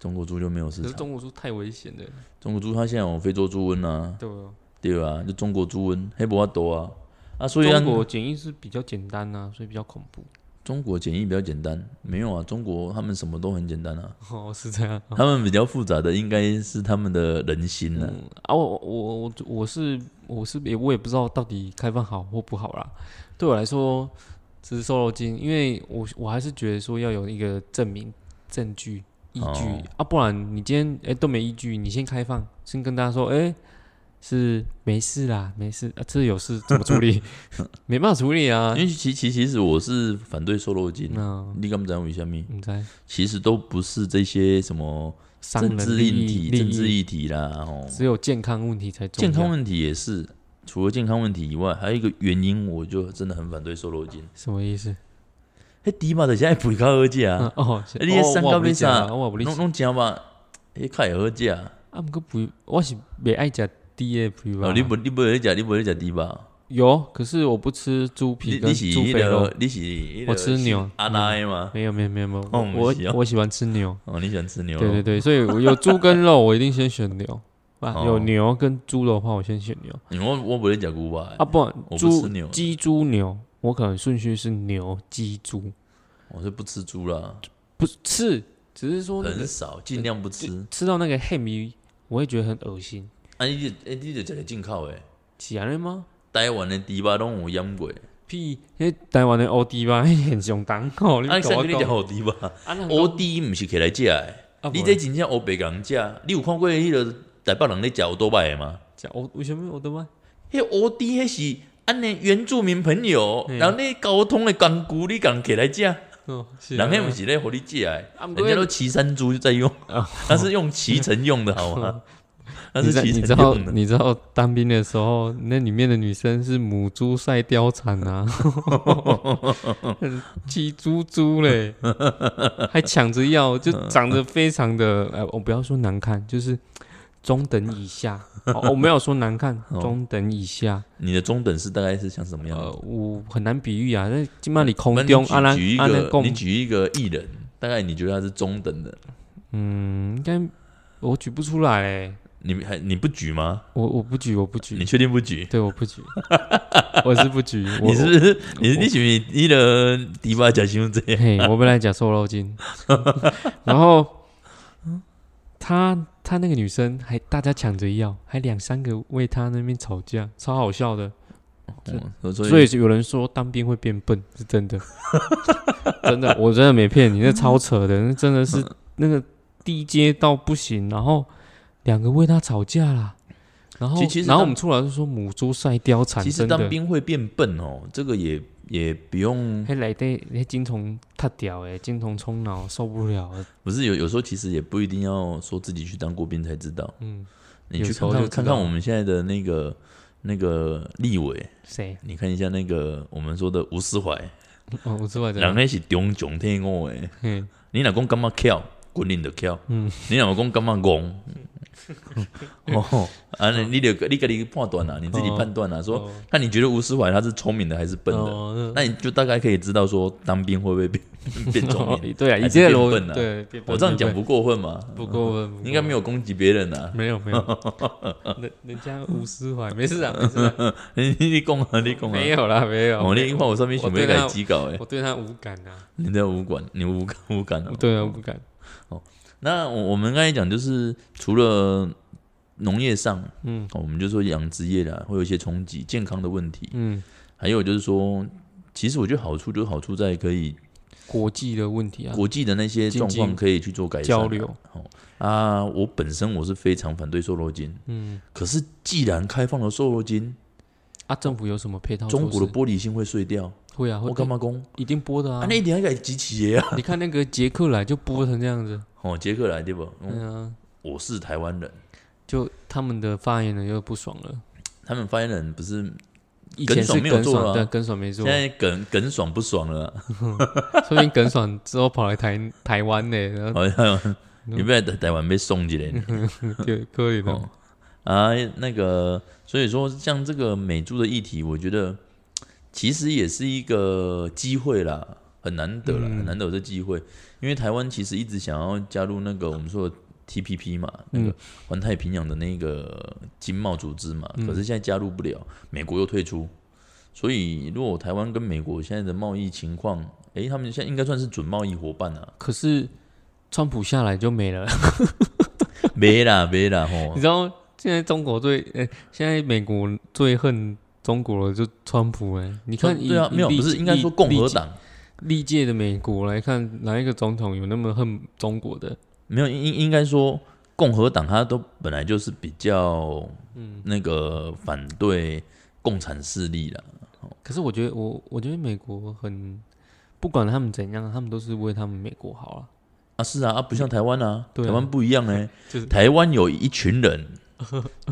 Speaker 1: 中国猪就没有市
Speaker 2: 可是
Speaker 1: 场。
Speaker 2: 中国猪太危险了，
Speaker 1: 中国猪它现在有非洲猪瘟啊，
Speaker 2: 对哦。
Speaker 1: 对吧、就中国猪瘟，黑不法多啊。啊，所以啊
Speaker 2: 中，国检疫是比较简单呐，所以比较恐怖。
Speaker 1: 中国检疫比较简单，没有啊，中国他们什么都很简单 啊，
Speaker 2: 哦，是这样。
Speaker 1: 他们比较复杂的应该是他们的人心了、啊。
Speaker 2: 嗯啊，我我我我是我是也我也不知道到底开放好或不好啦。对我来说，只是瘦肉精，因为我我还是觉得说要有一个证明、证据、依据、
Speaker 1: 哦
Speaker 2: 啊，不然你今天哎、都没依据，你先开放，先跟大家说哎、是没事啦，没事啊，这有事怎么处理？ 没办法处理啊
Speaker 1: 因。为其其其实我是反对瘦肉精，啊
Speaker 2: 那
Speaker 1: 你敢不敢为虾米？
Speaker 2: 你在
Speaker 1: 其实都不是这些什么
Speaker 2: 伤
Speaker 1: 政
Speaker 2: 人
Speaker 1: 治
Speaker 2: 利
Speaker 1: 议
Speaker 2: 益，
Speaker 1: 题、
Speaker 2: 利
Speaker 1: 政治
Speaker 2: 益
Speaker 1: 议题啦，哦，
Speaker 2: 只有健康问题才重要
Speaker 1: 健康问题也是，除了健康问题以外，还有一个原因，我就真的很反对瘦肉精。
Speaker 2: 什么意思？
Speaker 1: 迄猪肉就是爱肥较好食
Speaker 2: 嗯
Speaker 1: 啊，
Speaker 2: 哦，是
Speaker 1: 你那
Speaker 2: 哦
Speaker 1: 三
Speaker 2: 我
Speaker 1: 角
Speaker 2: 也不
Speaker 1: 要
Speaker 2: 理解啦
Speaker 1: 啥
Speaker 2: 我也不理解
Speaker 1: 拢拢食嘛，迄啊较会好食。哦，
Speaker 2: 啊，毋过肥，我是袂爱食猪的肥肉。
Speaker 1: 你无你无咧食，你无咧食猪肉，啊
Speaker 2: 有？可是我不吃猪
Speaker 1: 你
Speaker 2: 皮跟
Speaker 1: 你哦是
Speaker 2: 猪
Speaker 1: 迄
Speaker 2: 肥肉。
Speaker 1: 个，你是迄个
Speaker 2: 我吃牛嗯
Speaker 1: 阿奶的嘛？
Speaker 2: 没有没有没有没有，
Speaker 1: 哦
Speaker 2: 我
Speaker 1: 不
Speaker 2: 我
Speaker 1: 是哦
Speaker 2: 我喜欢吃牛。
Speaker 1: 哦，你喜欢吃牛
Speaker 2: 对
Speaker 1: 肉
Speaker 2: 对？对，所以我有猪跟肉，我一定先选牛。啊，
Speaker 1: 哦
Speaker 2: 有牛跟猪的话，我先选牛。
Speaker 1: 因为嗯我哎我无咧食牛肉的
Speaker 2: 啊，，不
Speaker 1: 不
Speaker 2: 然猪
Speaker 1: 吃牛
Speaker 2: 鸡猪牛，我可能顺序是牛鸡猪，
Speaker 1: 我是不吃猪啦，
Speaker 2: 不是吃，只是说那
Speaker 1: 很
Speaker 2: 个
Speaker 1: 少，尽量不吃。
Speaker 2: 吃到那个黑米，我会觉得很恶心。
Speaker 1: 啊，你就诶，你就食个进口的，
Speaker 2: 起来了吗？
Speaker 1: 台湾的猪肉拢有腌过。啊，
Speaker 2: 屁！那台湾的欧弟吧，那很上当哦。你跟
Speaker 1: 啊你
Speaker 2: 我
Speaker 1: 上你食
Speaker 2: 讲，
Speaker 1: 好猪肉，
Speaker 2: 啊，那
Speaker 1: 乌猪毋是起来食的。
Speaker 2: 啊
Speaker 1: 你
Speaker 2: 不
Speaker 1: 这真正黑白人食，你有看过迄个台北人咧食乌多摆的吗？
Speaker 2: 讲我为什么我的妈？
Speaker 1: 迄乌猪迄是安尼原住民朋友，
Speaker 2: 嗯
Speaker 1: 人咧交通的工具你敢给来食？
Speaker 2: 哦，是啊
Speaker 1: 人迄毋是咧互你食诶，
Speaker 2: 啊不
Speaker 1: 人
Speaker 2: 过
Speaker 1: 家都骑山猪在用
Speaker 2: 哦，
Speaker 1: 他是用骑乘用的好吗？ 他
Speaker 2: 你
Speaker 1: 是
Speaker 2: 知
Speaker 1: 骑
Speaker 2: 你知
Speaker 1: 乘
Speaker 2: 道
Speaker 1: 用的，
Speaker 2: 你知道当兵的时候，那里面的女生是母猪赛貂蝉啊，鸡猪猪嘞，还抢着要，就长得非常的，呃，我不要说难看，就是中等以下。哦，我没有说难看，
Speaker 1: 哦
Speaker 2: 中等以下，
Speaker 1: 你的中等是大概是像什么样
Speaker 2: 呃
Speaker 1: 子？，
Speaker 2: 我很难比喻啊。那今晚你
Speaker 1: 我
Speaker 2: 空
Speaker 1: 们
Speaker 2: 中啊
Speaker 1: 举
Speaker 2: 阿兰
Speaker 1: 举一
Speaker 2: 阿兰
Speaker 1: 个，
Speaker 2: 共
Speaker 1: 你，举一个艺人，大概你觉得他是中等的，
Speaker 2: 嗯，应该我举不出来欸，
Speaker 1: 你还你不举吗？
Speaker 2: 我我不举，我不举
Speaker 1: 你，确定不举？
Speaker 2: 对，我不举，我是 不举，我
Speaker 1: 你是不是你是你是不是你的迪巴假胸这样？
Speaker 2: 嘿，我本来讲瘦肉 精，然后他他那个女生还大家抢着要，还两三个为他那边吵架，超好笑的。
Speaker 1: 嗯
Speaker 2: 所以有人说当兵会变笨，是真 的，真的，我真的没骗你，那超扯的，那真的是
Speaker 1: 嗯
Speaker 2: 那个低阶到不行，然后两个为他吵架啦。然后
Speaker 1: 其其，实
Speaker 2: 然
Speaker 1: 当
Speaker 2: 后我们出来就说母猪赛貂蝉，
Speaker 1: 其实
Speaker 2: 真的
Speaker 1: 当兵会变笨哦，这个也也不用，
Speaker 2: 还来得那金虫太屌哎，金虫冲脑受不了了，
Speaker 1: 不是有有时候其实也不一定要说自己去当过兵才知道。
Speaker 2: 嗯，
Speaker 1: 你
Speaker 2: 有
Speaker 1: 去
Speaker 2: 时候
Speaker 1: 看
Speaker 2: 就
Speaker 1: 看
Speaker 2: 知
Speaker 1: 看
Speaker 2: 道
Speaker 1: 看我们现在的那个那个立委，
Speaker 2: 谁？
Speaker 1: 你看一下那个我们说的吴思怀，
Speaker 2: 哦，我知道这
Speaker 1: 人
Speaker 2: 样。
Speaker 1: 那是中囧天我诶，
Speaker 2: 嗯，
Speaker 1: 你老公干嘛跳？滚你的跳，
Speaker 2: 嗯
Speaker 1: 你老公干嘛 戆？哦，啊，你你得你跟你判断啊，你自己判断啊，说
Speaker 2: 哦
Speaker 1: 那你觉得吴思怀他是聪明的还是笨的？
Speaker 2: 哦
Speaker 1: 那你就大概可以知道说当兵会不会变 变聪明。
Speaker 2: 对
Speaker 1: 还
Speaker 2: 啊，以
Speaker 1: 是
Speaker 2: 前
Speaker 1: 变
Speaker 2: 我
Speaker 1: 笨啊
Speaker 2: 对，变笨
Speaker 1: 我这样讲不
Speaker 2: 变
Speaker 1: 过分吗？
Speaker 2: 笨不过分，
Speaker 1: 应该没
Speaker 2: 有，
Speaker 1: 有攻击别人啊。
Speaker 2: 没有没有，人人家吴思怀没事啊，没事啊，
Speaker 1: 你你讲啊，你讲啊。
Speaker 2: 没有啦，没
Speaker 1: 哦，
Speaker 2: 有，
Speaker 1: 你一话我上面想要改机稿诶，哎
Speaker 2: 我对他无感啊，
Speaker 1: 你在无感，你无感无感哦。
Speaker 2: 对啊，无感，
Speaker 1: 那我我们刚才讲就是除了农业上，
Speaker 2: 嗯
Speaker 1: 哦我们就说养殖业啦，会有一些冲击健康的问题，
Speaker 2: 嗯，
Speaker 1: 还有就是说，其实我觉得好处就是好处在可以
Speaker 2: 国际的问题啊，
Speaker 1: 国际的那些状
Speaker 2: 经
Speaker 1: 况
Speaker 2: 济
Speaker 1: 可以去做改善
Speaker 2: 交流，
Speaker 1: 啊。我本身我是非常反对瘦肉精，
Speaker 2: 嗯，
Speaker 1: 可是既然开放了瘦肉精，
Speaker 2: 啊，政府有什么配套措施？
Speaker 1: 中国的玻璃心会碎掉，
Speaker 2: 会啊，会
Speaker 1: 我干嘛攻？
Speaker 2: 一定播的
Speaker 1: 哦啊
Speaker 2: 啊，
Speaker 1: 那一点还改集齐 耶啊！
Speaker 2: 你看那个捷克来就播成这样子，
Speaker 1: 哦，杰克来对不？嗯
Speaker 2: 对啊，
Speaker 1: 我是台湾人，
Speaker 2: 就他们的发言人又不爽了，
Speaker 1: 他们发言人不是
Speaker 2: 以前是
Speaker 1: 耿爽没有
Speaker 2: 耿
Speaker 1: 做了
Speaker 2: 爽，
Speaker 1: 啊
Speaker 2: 对，耿爽没做
Speaker 1: 现，在耿耿爽不爽了啊，
Speaker 2: 说不定耿爽之后跑来台台湾呢，然后
Speaker 1: 好像 你不要在台湾被送进来呢。
Speaker 2: 就可以的
Speaker 1: 哦。啊，那个，所以说像这个美猪的议题，我觉得其实也是一个机会啦，很难得啦，
Speaker 2: 嗯
Speaker 1: 很难得有这机会，因为台湾其实一直想要加入那个我们说的 TPP 嘛，那个
Speaker 2: 嗯
Speaker 1: 环太平洋的那个经贸组织嘛，
Speaker 2: 嗯
Speaker 1: 可是现在加入不了，美国又退出，所以如果台湾跟美国现在的贸易情况，诶，他们现在应该算是准贸易伙伴啊，
Speaker 2: 可是川普下来就没了，
Speaker 1: 哦没啦没啦吼
Speaker 2: 你，知道现在中国最，呃、现在美国最恨中国的就川普哎、你看以
Speaker 1: 对啊，没有
Speaker 2: 历
Speaker 1: 不是应该说共和党。
Speaker 2: 历历届的美国来看，哪一个总统有那么恨中国的？
Speaker 1: 没有，应应该说共和党他都本来就是比较，
Speaker 2: 嗯
Speaker 1: 那个反对共产势力的，
Speaker 2: 可是我觉得我我觉得美国很，不管他们怎样，他们都是为他们美国好啊，
Speaker 1: 啊，是啊，啊，不像台湾啊，
Speaker 2: 对啊
Speaker 1: 台湾不一样哎、
Speaker 2: 就是
Speaker 1: 台湾有一群 人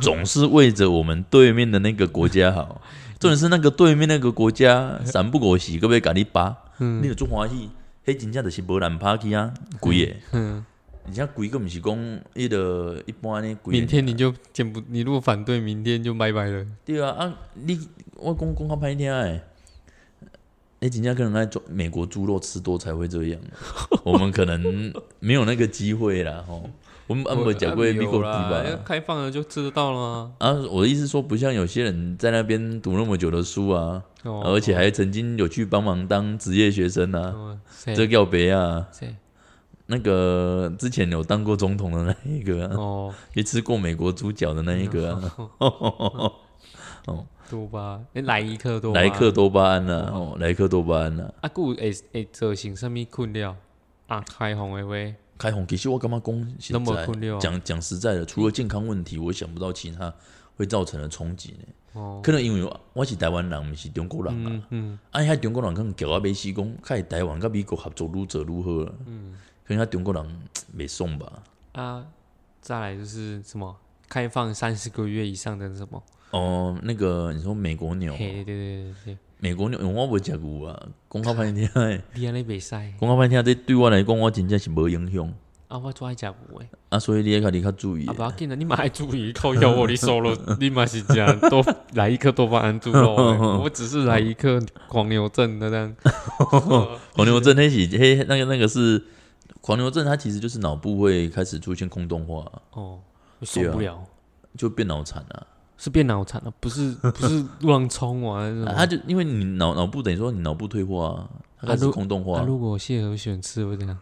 Speaker 1: 总是为着我们对面的那个国家好，
Speaker 2: 嗯
Speaker 1: 重点是那个对面那个国家三不五时个被咖喱扒，
Speaker 2: 嗯
Speaker 1: 你有做欢喜，黑真正就是无人拍去啊，贵诶，
Speaker 2: 嗯，
Speaker 1: 而且贵个不是讲迄个一般呢贵的。
Speaker 2: 明天你就见不，你如果反对，明天就拜拜了。
Speaker 1: 对啊，啊，你我讲讲较歹听诶，你真正可能爱做美国猪肉吃多才会这 样，我们可能没有那个机会啦吼。我们安没讲过
Speaker 2: 啊
Speaker 1: 美国猪
Speaker 2: 有啦要
Speaker 1: 吧？
Speaker 2: 开放了就吃得到了啊。
Speaker 1: 啊，我的意思说，不像有些人在那边读那么久的书啊，
Speaker 2: 哦
Speaker 1: 而且还曾经有去帮忙当职业学生啊，
Speaker 2: 哦谁
Speaker 1: 这叫别啊。
Speaker 2: 谁
Speaker 1: 那个之前有当过总统的那一个、啊，
Speaker 2: 哦，
Speaker 1: 也吃过美国猪脚的那一个啊，
Speaker 2: 哦多吧？诶，莱伊克 多，
Speaker 1: 莱克多巴胺啊，哦，莱克多巴胺啊。
Speaker 2: 啊，还有会会造成什么困扰啊？开放的话，
Speaker 1: 开红，其实我干嘛讲
Speaker 2: 那
Speaker 1: 现
Speaker 2: 么
Speaker 1: 在
Speaker 2: 困扰，
Speaker 1: 讲讲实在的，除了健康问题，我想不到其他会造成的冲击呢。
Speaker 2: 哦，
Speaker 1: 可能因为我是台湾人，不是中国人啊。
Speaker 2: 嗯嗯，
Speaker 1: 啊，遐中国人可能叫我买死讲，较会台湾甲美国合作愈做愈好啊。嗯，可能遐中国人嗯袂爽吧？
Speaker 2: 啊，再来就是什么开放三十个月以上的什么，
Speaker 1: 哦，那个你说美国牛，
Speaker 2: 嘿，对对对对
Speaker 1: 美国牛，因为我无食过啊，讲较歹听的，
Speaker 2: 对，你安尼袂使
Speaker 1: 讲较歹听，这对我来讲，我真正是无影响
Speaker 2: 啊，我做爱食无诶，
Speaker 1: 啊，所以你要较你较注意
Speaker 2: 啊，。不要紧啊，你嘛爱注意靠腰我你 瘦肉，你嘛是这样，多来一颗多巴胺猪肉欸， 我只是来一颗狂牛症的这样，
Speaker 1: 狂牛症那是嘿，那个那个是狂牛症，它其实就是脑部会开始出现空洞化，
Speaker 2: 哦，我受不
Speaker 1: 啊
Speaker 2: 了。
Speaker 1: 就变脑残啊。
Speaker 2: 是变脑残了，不是 不是乱冲完那
Speaker 1: 啊
Speaker 2: 种。
Speaker 1: 它就因为你脑脑部等于说你脑部退化啊，它开
Speaker 2: 啊
Speaker 1: 始
Speaker 2: 如
Speaker 1: 空洞化
Speaker 2: 那、。如果谢和弦吃会怎样？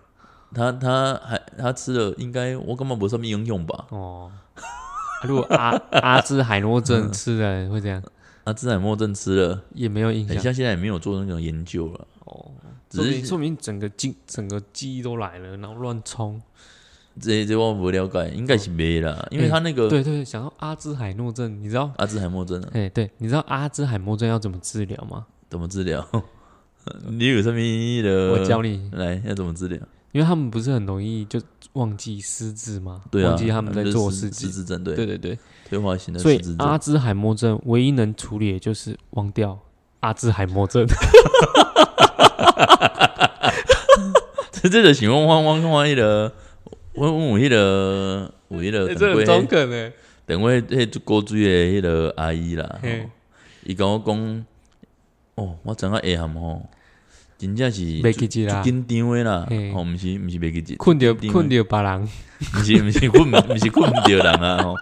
Speaker 1: 他他还他吃了，应该我根本不上面应用吧？
Speaker 2: 哦，啊如果阿阿兹海默症吃了会怎样？
Speaker 1: 阿兹海默症吃了，
Speaker 2: 也没有影
Speaker 1: 很
Speaker 2: 响
Speaker 1: 像现在也没有做那种研究了，
Speaker 2: 哦，
Speaker 1: 只
Speaker 2: 说明
Speaker 1: 是
Speaker 2: 说明整个记整个记忆都来了，然后乱冲。
Speaker 1: 这这我不了解，应该是没啦，因为他那个
Speaker 2: 哦对对对，想到阿兹海默症，你知道？
Speaker 1: 阿兹海默症啊
Speaker 2: 哎、对，你知道阿兹海默症要怎么治疗吗？
Speaker 1: 怎么治疗？ 你有什么的？
Speaker 2: 我教你，
Speaker 1: 来要怎么治疗？
Speaker 2: 因为他们不是很容易就忘记失智吗？
Speaker 1: 对啊，
Speaker 2: 忘记他们在
Speaker 1: 就是
Speaker 2: 做
Speaker 1: 失
Speaker 2: 事
Speaker 1: 失
Speaker 2: 情。
Speaker 1: 智症，对
Speaker 2: 对对对，
Speaker 1: 退化型的
Speaker 2: 所
Speaker 1: 失
Speaker 2: 以
Speaker 1: 智症
Speaker 2: 阿，兹海默症唯一能处理的就是忘掉阿兹海默症。
Speaker 1: 这这个情况汪汪汪一的，我我一的我一的等会
Speaker 2: 梗哎，
Speaker 1: 等会迄高水的迄个阿姨啦，
Speaker 2: 嘿
Speaker 1: 吼伊甲我讲，哦，我知影下暗吼，真正是
Speaker 2: 袂记记啦
Speaker 1: 足，紧张的啦
Speaker 2: 嘿，
Speaker 1: 吼，毋是毋是袂记住，
Speaker 2: 困着
Speaker 1: 定
Speaker 2: 困着别人，
Speaker 1: 毋是毋是困毋是困毋着人啊吼，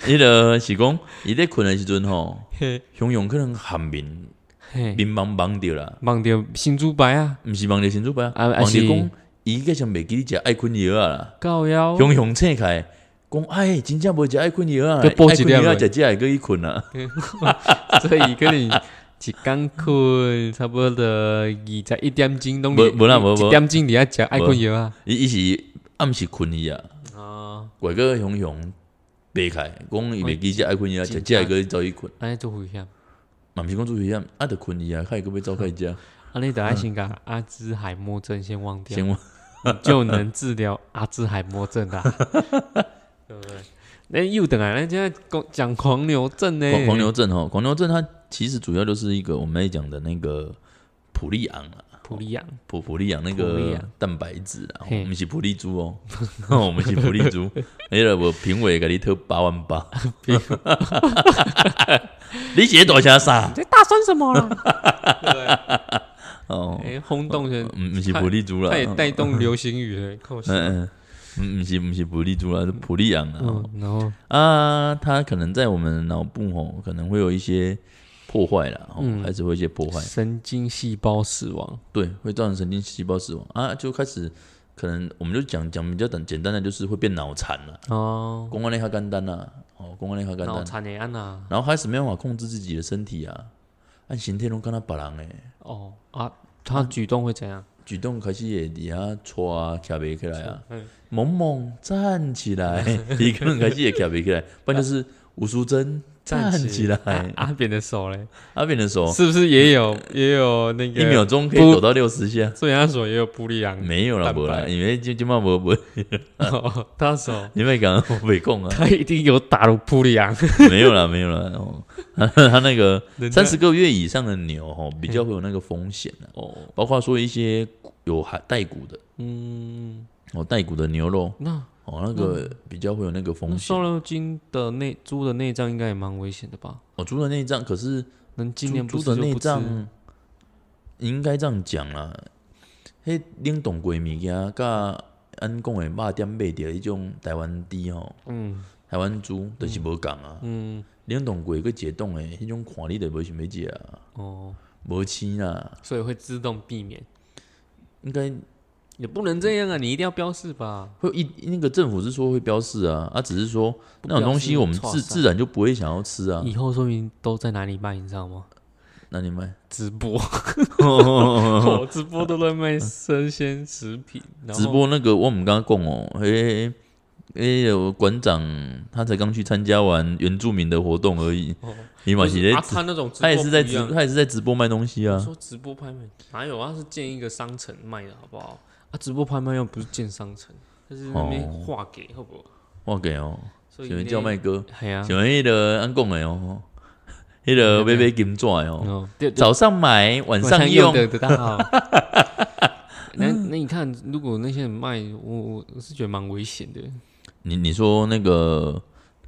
Speaker 1: 迄个是讲伊咧困的时阵吼，
Speaker 2: 嘿，
Speaker 1: 熊熊可能含面
Speaker 2: 嘿，
Speaker 1: 面茫茫着啦，
Speaker 2: 忘着新猪白啊，
Speaker 1: 毋是忘着先做吧，
Speaker 2: 啊啊
Speaker 1: 忘着
Speaker 2: 是
Speaker 1: 讲伊个像袂记食爱困药啊啦。
Speaker 2: 高腰，
Speaker 1: 雄雄醒起来，讲哎，真正无食爱困药啊，
Speaker 2: 就
Speaker 1: 爱
Speaker 2: 补
Speaker 1: 困
Speaker 2: 一粒
Speaker 1: 药
Speaker 2: 落
Speaker 1: 食食会个去困啊，
Speaker 2: 所以可能一工困差不多二十一点钟拢
Speaker 1: 无无啦无无
Speaker 2: 一点钟你要食爱困药啊，
Speaker 1: 伊伊是暗时困伊啊，
Speaker 2: 啊，
Speaker 1: 怪个雄雄白开，讲伊袂记食爱困药，啊食
Speaker 2: 真
Speaker 1: 食会个走去困，
Speaker 2: 安尼做危险，
Speaker 1: 嘛毋是讲做危险，啊着困伊啊，看伊个要走开食，
Speaker 2: 安尼得爱先甲阿兹海默症先忘掉
Speaker 1: 先，问
Speaker 2: 就能治疗阿兹海默症 啦，对不对？那又等来，咱现在讲讲狂牛症呢，
Speaker 1: 狂狂牛症吼，狂牛症它其实主要就是一个我们在讲的那个普利昂啊。
Speaker 2: 普利昂，
Speaker 1: 普普利昂那
Speaker 2: 普利
Speaker 1: 个
Speaker 2: 昂
Speaker 1: 蛋白质啊，我
Speaker 2: 嘿
Speaker 1: 们是普利猪哦， 我们是普利 猪，那个我评委给你特八万八，你写多些啥
Speaker 2: 你？在大声什么啦？ 对不对
Speaker 1: 哦，
Speaker 2: 哎，轰动人，
Speaker 1: 嗯，不是普利猪啦哦
Speaker 2: 它，也带动流行语了，靠
Speaker 1: 嗯嗯，嗯，不是不是普利猪啦，是普利昂啊
Speaker 2: 嗯，然后
Speaker 1: 啊，它可能在我们脑部哦，可能会有一些破坏啦，哦
Speaker 2: 嗯
Speaker 1: 还是会有一些破坏，
Speaker 2: 神经细胞死亡，
Speaker 1: 对，会造成神经细胞死亡啊，就开始可能我们就讲讲比较简简单的，就是会变脑残了。
Speaker 2: 哦，
Speaker 1: 公安那较简单啦，哦，公安那较简
Speaker 2: 脑
Speaker 1: 单，
Speaker 2: 残的安呐，
Speaker 1: 然后开始没办法控制自己的身体啊，按身体拢跟他别人诶，
Speaker 2: 哦啊，他举动会怎样？
Speaker 1: 举动开始会底下搓啊，卡袂起来啊
Speaker 2: 嗯，
Speaker 1: 萌萌站起来， 一个人开始也卡袂起来，不然就是吴淑珍站起
Speaker 2: 啊
Speaker 1: 来，啊
Speaker 2: 阿扁的手嘞，
Speaker 1: 阿扁的手
Speaker 2: 是不是也有也有那
Speaker 1: 哦一
Speaker 2: 个？
Speaker 1: 秒钟可以抖到六十下，
Speaker 2: 所以他手也有布利昂，
Speaker 1: 没有啦，
Speaker 2: 蛋白
Speaker 1: 无啦，因为今今嘛无无，
Speaker 2: 哦他手
Speaker 1: 你咪讲我袂讲啊，
Speaker 2: 他一定有打入布利昂，
Speaker 1: 没有啦，没有啦，哦，他他那个
Speaker 2: 人家
Speaker 1: 三十个月以上的牛哦，比较会有那个风险啊。
Speaker 2: 哦，
Speaker 1: 包括说一些有含带骨的
Speaker 2: 嗯，
Speaker 1: 哦，带骨的牛肉
Speaker 2: 那
Speaker 1: 哦，那个比较会有那个
Speaker 2: 嗯那
Speaker 1: 风险
Speaker 2: 瘦。肉精的内猪的内脏应该也蛮危险的吧？
Speaker 1: 哦，猪的内脏可是
Speaker 2: 能今
Speaker 1: 猪
Speaker 2: 年不
Speaker 1: 猪
Speaker 2: 吃
Speaker 1: 的
Speaker 2: 就
Speaker 1: 内
Speaker 2: 不吃
Speaker 1: 脏，你应该这样讲啦。迄冷冻过的物件，甲咱讲的肉点卖着迄种台湾猪吼，
Speaker 2: 嗯
Speaker 1: 台湾猪就是无共啊。
Speaker 2: 嗯，
Speaker 1: 冷冻过个解冻的迄种看你就无想要食啊，
Speaker 2: 哦，
Speaker 1: 无饲啦，
Speaker 2: 所以会自动避免。
Speaker 1: 应该
Speaker 2: 也不能这样啊！你一定要标示吧？
Speaker 1: 会一那个政府是说会标示啊，啊，只是说
Speaker 2: 不
Speaker 1: 那种东
Speaker 2: 标
Speaker 1: 西
Speaker 2: 示
Speaker 1: 我们
Speaker 2: 错
Speaker 1: 自
Speaker 2: 杀
Speaker 1: 自然就不会想要吃啊。
Speaker 2: 以后说明都在哪里卖，你知道吗？
Speaker 1: 那你卖
Speaker 2: 直播，我哦直播都在卖生鲜食品，然后
Speaker 1: 直播那个我们刚刚讲哦，诶、诶、有馆长他才刚去参加完原住民的活动而已，
Speaker 2: 哦
Speaker 1: 你马
Speaker 2: 不
Speaker 1: 是
Speaker 2: 是
Speaker 1: 在
Speaker 2: 啊，
Speaker 1: 直，
Speaker 2: 他那种直播
Speaker 1: 他也是在
Speaker 2: 不一
Speaker 1: 直
Speaker 2: 样，
Speaker 1: 他也是在直播卖东西
Speaker 2: 我
Speaker 1: 啊。
Speaker 2: 说直播拍卖哪有啊？是建一个商城卖的好不好？啊，直播拍卖又不是建商城，就是那边
Speaker 1: 哦
Speaker 2: 划给好不好？
Speaker 1: 我给哦，
Speaker 2: 所以
Speaker 1: 喜欢叫卖哥，
Speaker 2: 嘿啊，
Speaker 1: 喜欢迄个安讲的哦，迄个买买金纸的哦，
Speaker 2: 哦，对对
Speaker 1: 早上买晚
Speaker 2: 晚
Speaker 1: 上
Speaker 2: 用
Speaker 1: 用，
Speaker 2: 的得到。 那那你看，如果那些人卖，我我是觉得蛮危险的。
Speaker 1: 你你说那个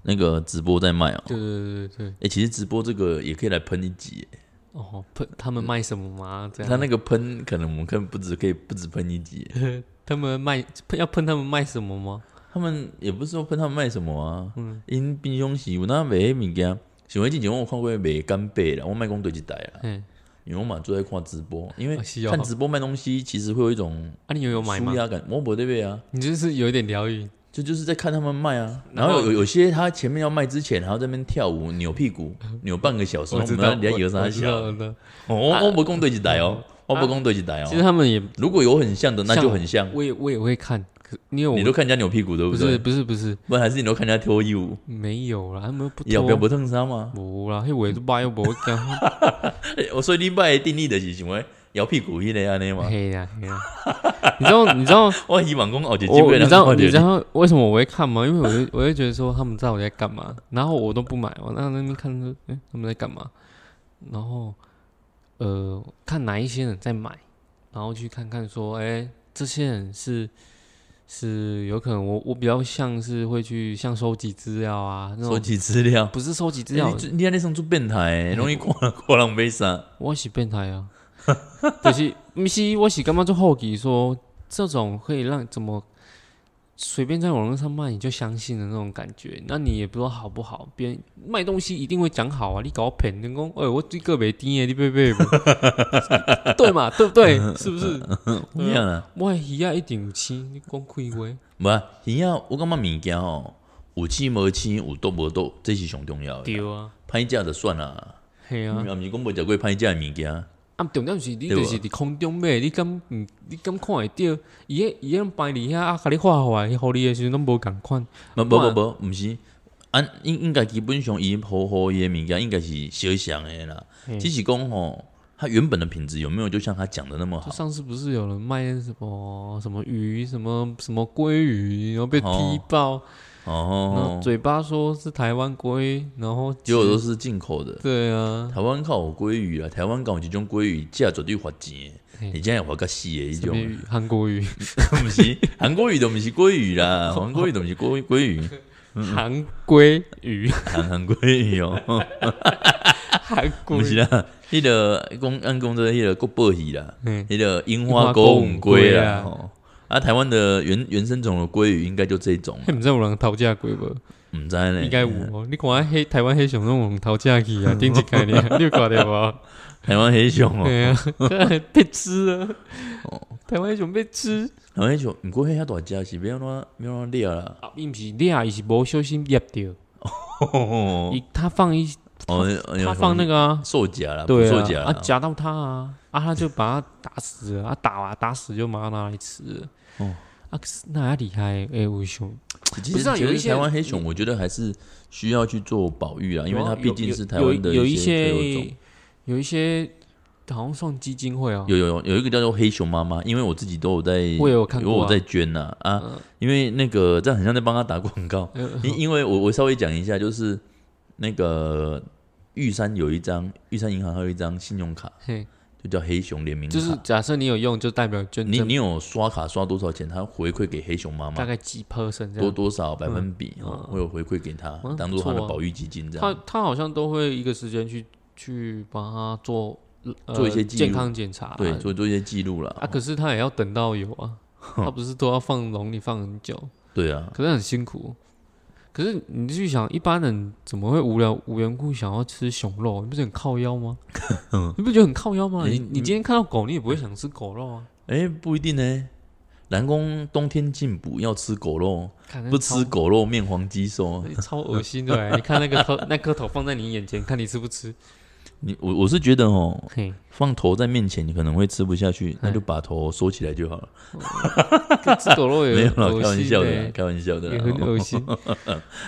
Speaker 1: 那个直播在卖哦，
Speaker 2: 对对对对对，
Speaker 1: 哎、其实直播这个也可以来喷一集耶，
Speaker 2: 哦，喷他们卖什么嘛？这样，
Speaker 1: 他那个喷可能我们可能不止可以不止喷一集耶，
Speaker 2: 他们卖喷要喷他们卖什么吗？
Speaker 1: 他们也不是说喷他们卖什么啊，
Speaker 2: 嗯
Speaker 1: 因冰箱是有那卖迄物件，想以之前我有看过卖干贝啦，我卖讲对一代啦，
Speaker 2: 嗯，
Speaker 1: 因为我嘛最爱看直播，因为
Speaker 2: 啊是哦
Speaker 1: 看直播卖东西其实会有一种
Speaker 2: 啊，你有有买
Speaker 1: 舒
Speaker 2: 吗？
Speaker 1: 压感，我不对对啊。
Speaker 2: 你就是有一点疗愈，
Speaker 1: 就就是在看他们卖啊，然
Speaker 2: 然后
Speaker 1: 后有有些他前面要卖之前，还要在那边跳舞扭屁股，扭半个小时，
Speaker 2: 我
Speaker 1: 我
Speaker 2: 知
Speaker 1: 们
Speaker 2: 道，
Speaker 1: 人家以为
Speaker 2: 我
Speaker 1: 是他
Speaker 2: 我知
Speaker 1: 小
Speaker 2: 道，我知道
Speaker 1: 哦，我我不讲对一代哦，我不讲对一代哦
Speaker 2: 其。实他们也，
Speaker 1: 如果有很像的，那
Speaker 2: 像
Speaker 1: 就
Speaker 2: 我
Speaker 1: 很像。
Speaker 2: 我也我也会看，可因为我
Speaker 1: 你都看人家扭屁股，对
Speaker 2: 不是
Speaker 1: 对？
Speaker 2: 不是不是
Speaker 1: 不然还是你都看人家脱衣舞，
Speaker 2: 没有啦，他们又不
Speaker 1: 要不要不
Speaker 2: 脱
Speaker 1: 烫衫吗？
Speaker 2: 无啦，迄我都买又无讲，
Speaker 1: 欸 我所以礼拜的定义就是想要摇屁股迄个安 尼 嘛。
Speaker 2: 嘿呀嘿呀，你知道你知道。
Speaker 1: 我希望讲哦后一机
Speaker 2: 我
Speaker 1: 会
Speaker 2: 哦你
Speaker 1: 能
Speaker 2: 知道
Speaker 1: 看
Speaker 2: 你
Speaker 1: 到
Speaker 2: 知道为什么我会看吗？因为我就 我就觉得说他们知道我在干嘛，然后我都不买，我那那边看说，哎、他们在干嘛？然后呃，看哪一些人在买，然后去看看说，哎、这些人是是有可能我我比较像是会去像收集资料啊那
Speaker 1: 收
Speaker 2: 种，
Speaker 1: 集资料。
Speaker 2: 不是收集资
Speaker 1: 欸
Speaker 2: 料，
Speaker 1: 你这你安尼算做变态的，容易看人看人买衫。
Speaker 2: 我是变态啊， 就是不是我是干嘛就好奇说这种可以让怎么随便在网络上卖你就相信的那种感觉，那你也不知道好不好。别人卖东西一定会讲好啊，你搞骗人工，哎、我这个没低耶，你被被不？对嘛，对不对？是不是？
Speaker 1: 有影啦，
Speaker 2: 我的鱼啊一定有青，你讲开话，
Speaker 1: 无啊，鱼啊，我感觉物件吼，有青无青，有剁无剁，这是上重要的。
Speaker 2: 对啊，
Speaker 1: 歹食就算啦，
Speaker 2: 系啊。
Speaker 1: 毋是讲无食过歹食的物件。
Speaker 2: 啊，重点是你
Speaker 1: 对
Speaker 2: 就
Speaker 1: 吧
Speaker 2: 是伫空中买，你敢毋你敢看会着？伊迄伊迄摆伫遐啊，甲你画画，伊互你诶时阵拢无共款。
Speaker 1: 无无无无，毋是，按应应该基本上伊好好伊的物件应该是相像的啦，只是讲吼，它原本的品质有没有就像他讲的那么
Speaker 2: 就
Speaker 1: 好？
Speaker 2: 上次不是有人卖什么什么鱼，什么什么鲑鱼，然后被踢
Speaker 1: 哦
Speaker 2: 爆，然后
Speaker 1: 哦，
Speaker 2: 嘴巴说是台湾鲑，然后
Speaker 1: 结果
Speaker 2: 吃
Speaker 1: 都是进口的。
Speaker 2: 对啊，
Speaker 1: 台湾靠有鲑鱼啊，台湾靠有一种鲑鱼，价绝对罚钱的，
Speaker 2: 嘿
Speaker 1: 而且也罚较死的迄
Speaker 2: 什么
Speaker 1: 种。
Speaker 2: 鱼韩国鱼，
Speaker 1: 毋是韩国鱼都毋是鲑鱼啦，韩国鱼都毋是鲑鲑鱼，
Speaker 2: 韩鲑鱼，
Speaker 1: 韩韩鲑鱼 哦，
Speaker 2: 韩国
Speaker 1: 毋是
Speaker 2: 鱼，
Speaker 1: 啦，迄个讲按讲做迄个国宝鱼啦，
Speaker 2: 嗯，
Speaker 1: 迄个樱花钩吻龟啦。
Speaker 2: 樱花钩吻
Speaker 1: 吼啊，台湾的原原生种的鲑鱼应该就这 种，
Speaker 2: 你知道有人讨价贵无？
Speaker 1: 毋知呢。
Speaker 2: 应该有哦。你看黑台湾黑熊那种讨价去 啊，顶一概念，你有看到无？
Speaker 1: 台湾黑熊哦，
Speaker 2: 对啊， 被吃啊！台湾熊被吃，
Speaker 1: 台湾黑熊，毋过迄遐大只啊是要安怎要安怎掠 啦。
Speaker 2: 啊，伊毋是俩，伊是无小心噎着，
Speaker 1: 哦，
Speaker 2: 伊他放一他放那
Speaker 1: 个
Speaker 2: 个啊，
Speaker 1: 兽夹啦，捕
Speaker 2: 对
Speaker 1: 兽夹
Speaker 2: 啊，啊
Speaker 1: 啦。
Speaker 2: 夹到他啊，啊他就把他打死了，啊打啊打死就马上拿来吃了，
Speaker 1: 哦
Speaker 2: 啊可是那还厉害哎，我熊
Speaker 1: 其
Speaker 2: 不
Speaker 1: 实
Speaker 2: 是啊有一
Speaker 1: 其实
Speaker 2: 些
Speaker 1: 台湾黑熊，我觉得还是需要去做保育啊啦，因为它毕竟是台
Speaker 2: 有
Speaker 1: 湾的
Speaker 2: 有有一
Speaker 1: 一特有种。
Speaker 2: 些有一些好像算基金会哦，
Speaker 1: 有有有有一个叫做黑熊妈妈，因为我自己都有在，
Speaker 2: 我也有看过啊嗯
Speaker 1: 我在捐呐啊因为那个这样很像在帮他打广告，
Speaker 2: 呃
Speaker 1: 因因为我我稍微讲一下，就是那个玉山有一张玉山银行还有一张信用卡，
Speaker 2: 嘿，
Speaker 1: 就叫黑熊联名卡，
Speaker 2: 就是假设你有用，就代表捐
Speaker 1: 嗯你
Speaker 2: 赠
Speaker 1: 你有刷卡刷多少钱，他回馈给黑熊妈
Speaker 2: 大
Speaker 1: 妈
Speaker 2: 概几 percent 这
Speaker 1: 多
Speaker 2: 样。
Speaker 1: 多少百分比，哦我有回馈给他
Speaker 2: 嗯，
Speaker 1: 当做他的
Speaker 2: 不错啊
Speaker 1: 保育基金这
Speaker 2: 他
Speaker 1: 样。
Speaker 2: 他好像都会一个时间去去帮他做、呃、
Speaker 1: 做一些记录
Speaker 2: 健康检查，
Speaker 1: 对，做做一些记录
Speaker 2: 啊，
Speaker 1: 啦。
Speaker 2: 可是他也要等到有啊，
Speaker 1: 哦
Speaker 2: 他不是都要放笼里放很久，
Speaker 1: 对啊，
Speaker 2: 可是很辛苦。可是你去想，一般人怎么会无聊无缘故想要吃熊肉？你不是很靠 腰吗？你不觉得很靠腰吗？你
Speaker 1: 你
Speaker 2: 你今天看到狗，你也不会想吃狗肉啊。
Speaker 1: 哎，不一定呢。南宫冬天进补要吃狗肉，
Speaker 2: 看那
Speaker 1: 不
Speaker 2: 超
Speaker 1: 吃狗肉面黄鸡瘦。
Speaker 2: 嗯 超恶心的欸。你看那个头，那颗头放在你眼前，看你吃不吃。
Speaker 1: 你我我是觉得哦，
Speaker 2: 嘿，
Speaker 1: 放头在面前你可能会吃不下去，那就把头收起来就好了。
Speaker 2: 这狗肉 也
Speaker 1: 没有啦，
Speaker 2: 恶
Speaker 1: 开玩
Speaker 2: 心
Speaker 1: 笑的啦
Speaker 2: 欸，
Speaker 1: 开玩笑的啦。
Speaker 2: 也很 恶心，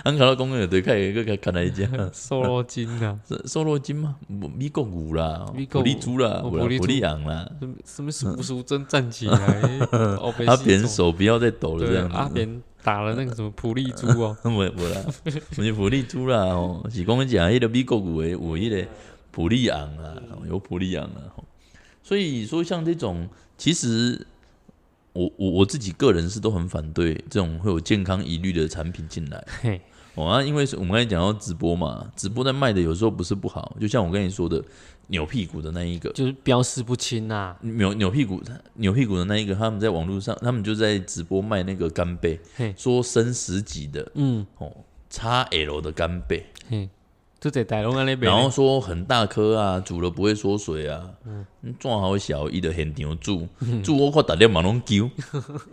Speaker 1: 安卡拉公园对开一个看来一 家
Speaker 2: 瘦肉精啊，
Speaker 1: 瘦瘦肉精吗？不美国牛啦，
Speaker 2: 美国
Speaker 1: 国力猪啦，
Speaker 2: 哦
Speaker 1: 有啦
Speaker 2: 牡蛎猪
Speaker 1: 牡蛎羊啦。
Speaker 2: 什么什么数不数真站 起来，哦被
Speaker 1: 阿
Speaker 2: 吸
Speaker 1: 扁
Speaker 2: 走
Speaker 1: 手不要再抖了，这
Speaker 2: 对啊
Speaker 1: 样子。
Speaker 2: 阿扁打了那个什么普利猪 哦，
Speaker 1: 我我啦，我是普利猪啦吼，是讲讲迄个美国有诶，有迄个普利昂啊，有普利昂啊。吼所以说，像这种，其实我我我自己个人是都很反对这种会有健康疑虑的产品进来。
Speaker 2: 嘿，
Speaker 1: 哦啊，因为是我们刚才讲到直播嘛，直播在卖的有时候不是不好，就像我跟你说的，扭屁股的那一个。
Speaker 2: 就是标示不清呐，
Speaker 1: 扭扭屁股，扭屁股的那一个，他们在网络上，他们就在直播卖那个干贝
Speaker 2: 嘿，
Speaker 1: 说升十级的，
Speaker 2: 嗯，
Speaker 1: 哦，x L 的干贝，
Speaker 2: 嘿，就得逮龙安那边，
Speaker 1: 然后说很大颗啊，煮了不会缩水啊，嗯，做好小一的很牛煮，
Speaker 2: 嗯
Speaker 1: 煮我靠打掉马龙 球，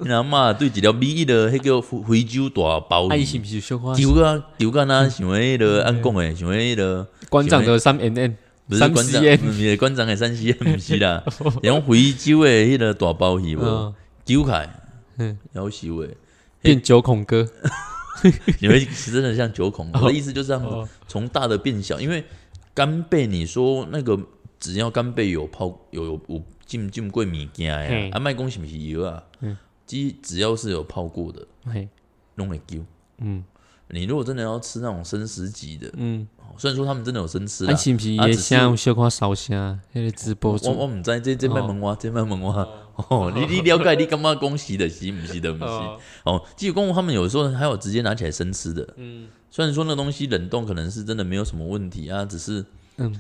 Speaker 1: 然后嘛对一条米一的迄个非洲大包
Speaker 2: 啊，伊
Speaker 1: 鱼，
Speaker 2: 是不是嗯小花？
Speaker 1: 丢个丢个呐，想迄个按讲诶，想迄个
Speaker 2: 馆长的三 N N，
Speaker 1: 不是
Speaker 2: 三
Speaker 1: 馆长，
Speaker 2: CN
Speaker 1: 不是馆长诶，山西毋是 啦，用非洲诶迄个大包鱼无
Speaker 2: 嗯，
Speaker 1: 丢开
Speaker 2: 嗯，
Speaker 1: 要死诶。
Speaker 2: 变九孔哥，
Speaker 1: 你会真的像九 孔。我的意思就是这样
Speaker 2: 哦
Speaker 1: 子，从大的变小，因为干贝，你说那个只要干贝有泡有有有浸浸过物件呀
Speaker 2: 嘿，
Speaker 1: 啊卖讲是不是油啊
Speaker 2: 嗯？
Speaker 1: 鸡只要是有泡过的，
Speaker 2: 嘿，
Speaker 1: 弄会丢。
Speaker 2: 嗯
Speaker 1: 你如果真的要吃那种生食级的，
Speaker 2: 嗯，
Speaker 1: 哦虽然说他们真的有生吃
Speaker 2: 啊
Speaker 1: 啦，
Speaker 2: 是不是
Speaker 1: 啊
Speaker 2: 也
Speaker 1: 只是
Speaker 2: 像小花烧虾那个直播
Speaker 1: 我我
Speaker 2: 主？
Speaker 1: 唔知这这
Speaker 2: 哦
Speaker 1: 卖问我，这卖问我。哦，你你了解，你感觉讲是的是，不是的不是。
Speaker 2: 哦，
Speaker 1: 哦，基础公务他们有时候还有直接拿起来生吃的，
Speaker 2: 嗯，
Speaker 1: 虽然说那东西冷冻可能是真的没有什么问题啊，只是，
Speaker 2: 嗯，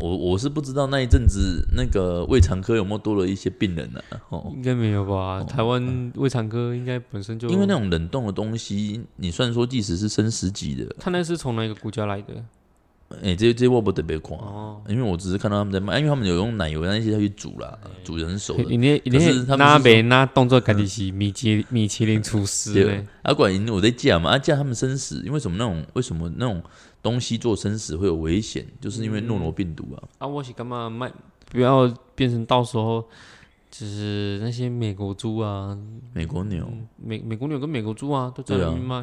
Speaker 1: 我我是不知道那一阵子那个胃肠科有没有多了一些病人呢、哦，
Speaker 2: 应该没有吧？台湾胃肠科应该本身就
Speaker 1: 因为那种冷冻的东西，你虽然说即使是生食级的，
Speaker 2: 他那是从哪个国家来的？
Speaker 1: 哎、这这我不特别夸，
Speaker 2: 哦，
Speaker 1: 因为我只是看到他们在卖，因为他们有用奶油那些下去煮啦，
Speaker 2: 嗯
Speaker 1: 煮的很熟的。
Speaker 2: 你那你
Speaker 1: 可是
Speaker 2: 那
Speaker 1: 他们是
Speaker 2: 那
Speaker 1: 说
Speaker 2: 边那动作肯定是米其米其林厨师
Speaker 1: 对
Speaker 2: 嘞，，
Speaker 1: 啊，管因为我在架嘛，啊架他们生死，因为什么那种为什么那种东西做生死会有危险，就是因为诺罗病毒啊。
Speaker 2: 啊，我是干嘛卖？不要变成到时候就是那些美国猪啊，
Speaker 1: 美国牛、
Speaker 2: 嗯美美国牛跟美国猪啊都在
Speaker 1: 对
Speaker 2: 那
Speaker 1: 啊
Speaker 2: 边卖，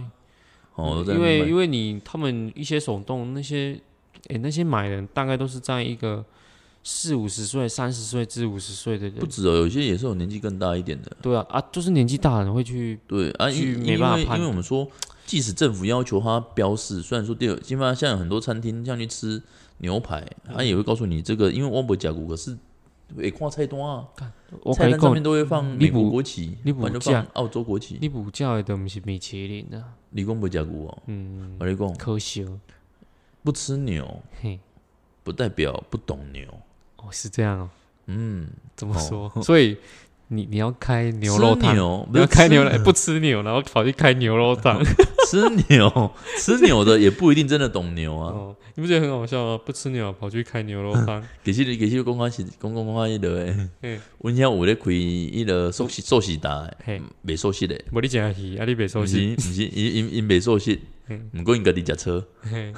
Speaker 1: 哦，都在
Speaker 2: 因为因
Speaker 1: 为
Speaker 2: 为你他们一些手动那些，诶、那些买人大概都是在一个四五十岁、三十岁至五十岁的
Speaker 1: 不
Speaker 2: 人，
Speaker 1: 止哦，有些也是有年纪更大一点的。
Speaker 2: 对啊啊，就是年纪大的人会去，
Speaker 1: 对啊，
Speaker 2: 去
Speaker 1: 因
Speaker 2: 没
Speaker 1: 因
Speaker 2: 办法
Speaker 1: 为
Speaker 2: 判
Speaker 1: 因为我们说，即使政府要求它标示，虽然说第二，基本上现在有很多餐厅像去吃牛排，它、也会告诉你这个，因为我不甲骨可是也看菜单啊，
Speaker 2: 我
Speaker 1: 菜
Speaker 2: 跟你
Speaker 1: 单上面
Speaker 2: 讲，
Speaker 1: 都会放
Speaker 2: 你
Speaker 1: 美
Speaker 2: 不
Speaker 1: 国国旗，
Speaker 2: 你不
Speaker 1: 不然就
Speaker 2: 讲
Speaker 1: 放澳洲国旗。
Speaker 2: 你补教的东西米其林啊，
Speaker 1: 你讲不甲骨哦，
Speaker 2: 嗯，
Speaker 1: 我跟你讲
Speaker 2: 可惜哦，
Speaker 1: 不吃牛
Speaker 2: 嘿，
Speaker 1: 不代表不懂牛，
Speaker 2: 哦是这样哦，
Speaker 1: 嗯，
Speaker 2: 怎么说
Speaker 1: 哦？
Speaker 2: 所以你你要开牛肉
Speaker 1: 吃
Speaker 2: 汤。
Speaker 1: 牛
Speaker 2: 不
Speaker 1: 不
Speaker 2: 要
Speaker 1: 是
Speaker 2: 开
Speaker 1: 吃
Speaker 2: 牛奶，不吃牛，然后跑去开牛 肉汤。
Speaker 1: 吃 牛吃牛的也不一定真的懂牛啊。
Speaker 2: 哦，你不觉得很好笑吗？不吃牛，跑去开牛肉 汤。
Speaker 1: 其实其实讲我是讲讲我迄落诶
Speaker 2: 嗯，
Speaker 1: 阮遐有咧开迄落寿司寿司搭
Speaker 2: 嘿
Speaker 1: 诶，卖寿司诶，
Speaker 2: 无你讲鱼，啊你别
Speaker 1: 毋
Speaker 2: 熟悉。
Speaker 1: 是毋是因因因卖寿司
Speaker 2: 嗯，
Speaker 1: 毋过因家己食车，
Speaker 2: 嘿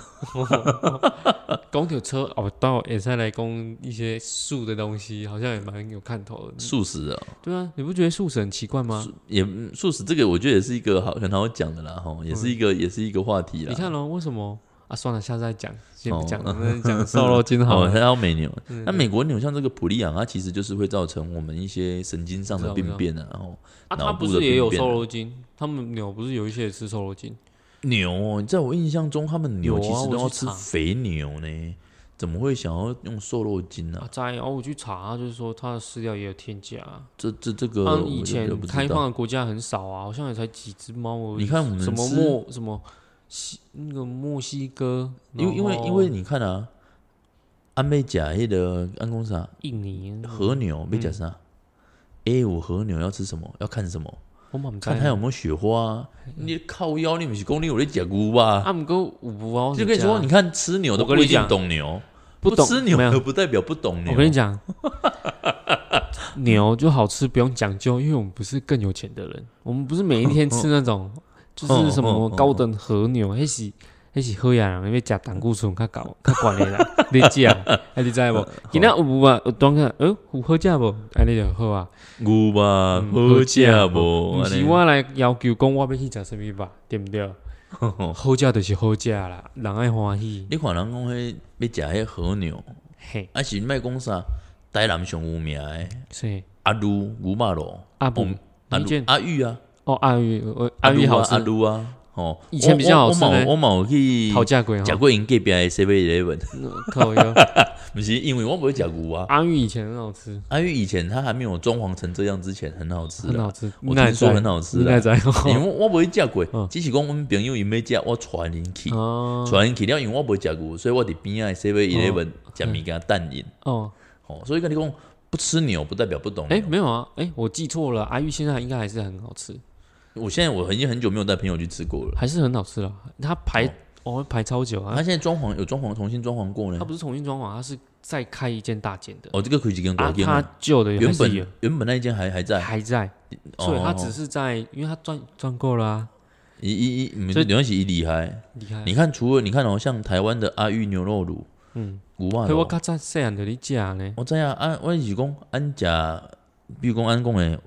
Speaker 2: 讲到车哦，到也再来讲一些素的东西，好像也蛮有看头的。啊
Speaker 1: 素食啊，
Speaker 2: 对啊，你不觉得素食很奇怪吗？
Speaker 1: 也嗯素食这个我觉得也是一个好很好讲的啦，吼，也是一个也是一个话题
Speaker 2: 嗯你
Speaker 1: 啦。
Speaker 2: 看咯，为什么啊？算了，下次再讲，先不
Speaker 1: 哦
Speaker 2: 讲，我们 讲瘦肉精好啊嗯
Speaker 1: 哦，还
Speaker 2: 了。
Speaker 1: 有美牛，那美国牛像这个普利昂，它其实就是会造成我们一些神经上的
Speaker 2: 我知道
Speaker 1: 病变啊。然后
Speaker 2: 啊，他
Speaker 1: 脑
Speaker 2: 不
Speaker 1: 部的
Speaker 2: 是也
Speaker 1: 病
Speaker 2: 有
Speaker 1: 变
Speaker 2: 瘦
Speaker 1: 啊
Speaker 2: 肉精？他们牛不是有一些也吃瘦肉精？
Speaker 1: 牛哦，在我印象中，他们牛
Speaker 2: 有啊
Speaker 1: 其实都
Speaker 2: 我
Speaker 1: 要
Speaker 2: 去
Speaker 1: 吃
Speaker 2: 查
Speaker 1: 肥牛呢，怎么会想要用瘦肉精
Speaker 2: 啊
Speaker 1: 啊？，
Speaker 2: 在哦，我去查，就是说它的饲料也有添加。
Speaker 1: 这这这个
Speaker 2: 它
Speaker 1: 我
Speaker 2: 啊以
Speaker 1: 就
Speaker 2: 前
Speaker 1: 就不知
Speaker 2: 开
Speaker 1: 道
Speaker 2: 放的国家很少啊，好像也才几只猫而已。
Speaker 1: 你看我们
Speaker 2: 什么
Speaker 1: 吃
Speaker 2: 墨什么西那个墨西哥，
Speaker 1: 因为因为
Speaker 2: 然后
Speaker 1: 因为你看啊，安倍甲迄个安公啥
Speaker 2: 印尼，啊
Speaker 1: 和牛被甲啥？A 五和牛要吃什么？要看什么？
Speaker 2: 我嘛唔知
Speaker 1: 看它有没有雪花啊！你靠腰，你不是公里我在讲牛吧？
Speaker 2: 啊，唔过有无啊，我
Speaker 1: 就跟你说，
Speaker 2: 怎
Speaker 1: 你
Speaker 2: 么知
Speaker 1: 看吃牛都
Speaker 2: 我跟
Speaker 1: 不
Speaker 2: 你
Speaker 1: 一定
Speaker 2: 讲
Speaker 1: 懂牛，
Speaker 2: 啊不懂
Speaker 1: 吃牛
Speaker 2: 没有
Speaker 1: 的，不代表不懂牛。
Speaker 2: 我跟 你讲，牛就好吃，不用讲究，因为我们不是 更
Speaker 1: 嗯
Speaker 2: 有钱的人，我们不是每一天吃那种就是什么高等和牛，黑喜迄是好野人，因为食胆固醇较高、较悬诶啦。 你食，啊你知无？今仔有无啊？有当下，呃，有好食无？安尼就好啊。
Speaker 1: 牛吧，好啊食无？
Speaker 2: 毋
Speaker 1: 安
Speaker 2: 是
Speaker 1: 尼
Speaker 2: 我来要求讲我要去食啥物吧，对毋对？好食就是好食啦，人爱欢喜。
Speaker 1: 你看人讲迄要食迄和牛，
Speaker 2: 嘿，
Speaker 1: 啊是莫讲啥？台南上有名诶，
Speaker 2: 是
Speaker 1: 阿鲁牛肉咯，
Speaker 2: 阿布
Speaker 1: 嗯阿
Speaker 2: 你
Speaker 1: 鲁
Speaker 2: 见
Speaker 1: 阿玉啊，
Speaker 2: 哦，阿玉，呃阿玉好
Speaker 1: 啊阿
Speaker 2: 吃，
Speaker 1: 鲁啊，哦，
Speaker 2: 以前比较好吃
Speaker 1: 我我
Speaker 2: 呢
Speaker 1: 我嘛有去
Speaker 2: 讨价贵
Speaker 1: 食
Speaker 2: 哈。
Speaker 1: 过因隔壁诶 Seven Eleven，
Speaker 2: 靠腰，
Speaker 1: 不是因为我不会食牛啊，
Speaker 2: 阿玉以前很好 吃，
Speaker 1: 阿玉以前它还没有装潢成这样之前很好吃
Speaker 2: 很
Speaker 1: 啊，
Speaker 2: 好吃。
Speaker 1: 我听说很好吃
Speaker 2: 那
Speaker 1: 啦，
Speaker 2: 在
Speaker 1: 因为我我不会食过
Speaker 2: 嗯，
Speaker 1: 只是讲阮朋友因要食，我传因去。
Speaker 2: 哦
Speaker 1: 传因去了，因为我无食牛，所以我伫边仔 Seven Eleven
Speaker 2: 嗯
Speaker 1: 食物件淡饮。
Speaker 2: 哦，
Speaker 1: 哦，所以跟你讲，不吃牛不代表不懂牛。
Speaker 2: 哎，没有啊，哎，我记错了，阿玉现在应该还是很好吃，
Speaker 1: 我现在我已经很久没有带朋友去吃过了。
Speaker 2: 还是很好吃了。它排哦排超久
Speaker 1: 他
Speaker 2: 啊，
Speaker 1: 现在装潢有装潢重新装潢过呢
Speaker 2: 它。不是重新装潢，它是再开一间大间的
Speaker 1: 哦，这个可以几根
Speaker 2: 啊，
Speaker 1: 多间
Speaker 2: 它
Speaker 1: 啊？
Speaker 2: 旧的还
Speaker 1: 原
Speaker 2: 是
Speaker 1: 本
Speaker 2: 有
Speaker 1: 原本那一间还还在，
Speaker 2: 还在，所以它只
Speaker 1: 哦
Speaker 2: 是在，因为它赚赚够了啊，
Speaker 1: 一一一，你
Speaker 2: 所以
Speaker 1: 们关系一厉害。
Speaker 2: 厉害啊。
Speaker 1: 你看，除了你看哦，像台湾的阿玉牛肉卤，
Speaker 2: 嗯，
Speaker 1: 五万
Speaker 2: 可我
Speaker 1: 哦。
Speaker 2: 较早细汉就咧食呢，
Speaker 1: 我知啊，啊，我是讲安食，比如讲安讲的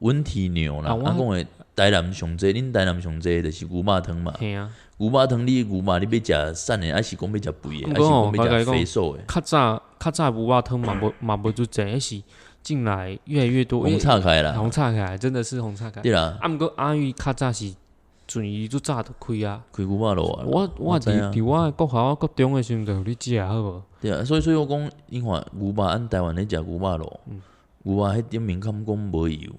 Speaker 1: 温体牛啦，
Speaker 2: 啊我
Speaker 1: 安讲的台南上济，恁台南上济就是牛肉汤嘛。
Speaker 2: 嘿啊，
Speaker 1: 牛肉汤你牛肉你要食瘦的，还是讲要食肥的，
Speaker 2: 不
Speaker 1: 还
Speaker 2: 过哦
Speaker 1: 是讲
Speaker 2: 我跟
Speaker 1: 要
Speaker 2: 你
Speaker 1: 食
Speaker 2: 讲
Speaker 1: 肥瘦的？
Speaker 2: 较早较早牛 肉汤嘛无嘛无就济，迄是进来越来越多，因
Speaker 1: 红
Speaker 2: 为
Speaker 1: 岔开啦，
Speaker 2: 红叉起来真的是红叉起来。
Speaker 1: 对啦，
Speaker 2: 啊，毋过阿玉较早是准伊就早就开啊。
Speaker 1: 开牛肉咯啊，
Speaker 2: 我我
Speaker 1: 知
Speaker 2: 伫
Speaker 1: 啊，
Speaker 2: 伫我的国校国中诶时阵就有咧食好无？
Speaker 1: 对啊，所以所以我讲，因看牛肉按台湾咧食牛肉咯，
Speaker 2: 嗯
Speaker 1: 牛肉迄点面看讲无油，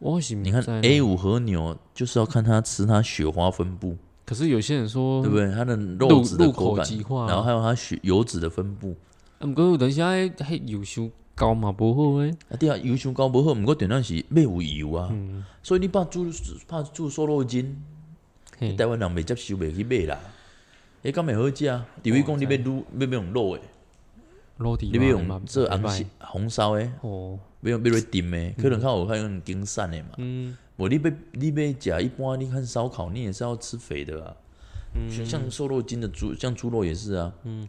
Speaker 2: 我是毋
Speaker 1: 你看
Speaker 2: 知呢
Speaker 1: A 五和牛就是要看它吃它雪花分布，
Speaker 2: 可是有些人说
Speaker 1: 对不对？它的肉
Speaker 2: 入
Speaker 1: 质的
Speaker 2: 哦入
Speaker 1: 口
Speaker 2: 口
Speaker 1: 感，
Speaker 2: 即化，
Speaker 1: 然后还有它血油脂的分布，
Speaker 2: 啊，毋过有当时啊，迄迄油伤高嘛无好诶。
Speaker 1: 啊对啊，油伤高无好，毋过重点是要有油啊，
Speaker 2: 嗯
Speaker 1: 所以你怕煮怕煮瘦肉精。
Speaker 2: 嘿，
Speaker 1: 台湾人袂接受，袂去买啦。迄敢袂好食啊？除非讲你要卤，要要用卤诶，
Speaker 2: 落地
Speaker 1: 你要用做红烧
Speaker 2: 西
Speaker 1: 红烧诶，
Speaker 2: 哦，
Speaker 1: 要用要来炖诶，可能较有较用精瘦诶嘛。
Speaker 2: 嗯，
Speaker 1: 无你要你要食一般，你看烧烤，你也是要吃肥的啊。像像瘦肉精的猪，像猪肉也是啊。嗯，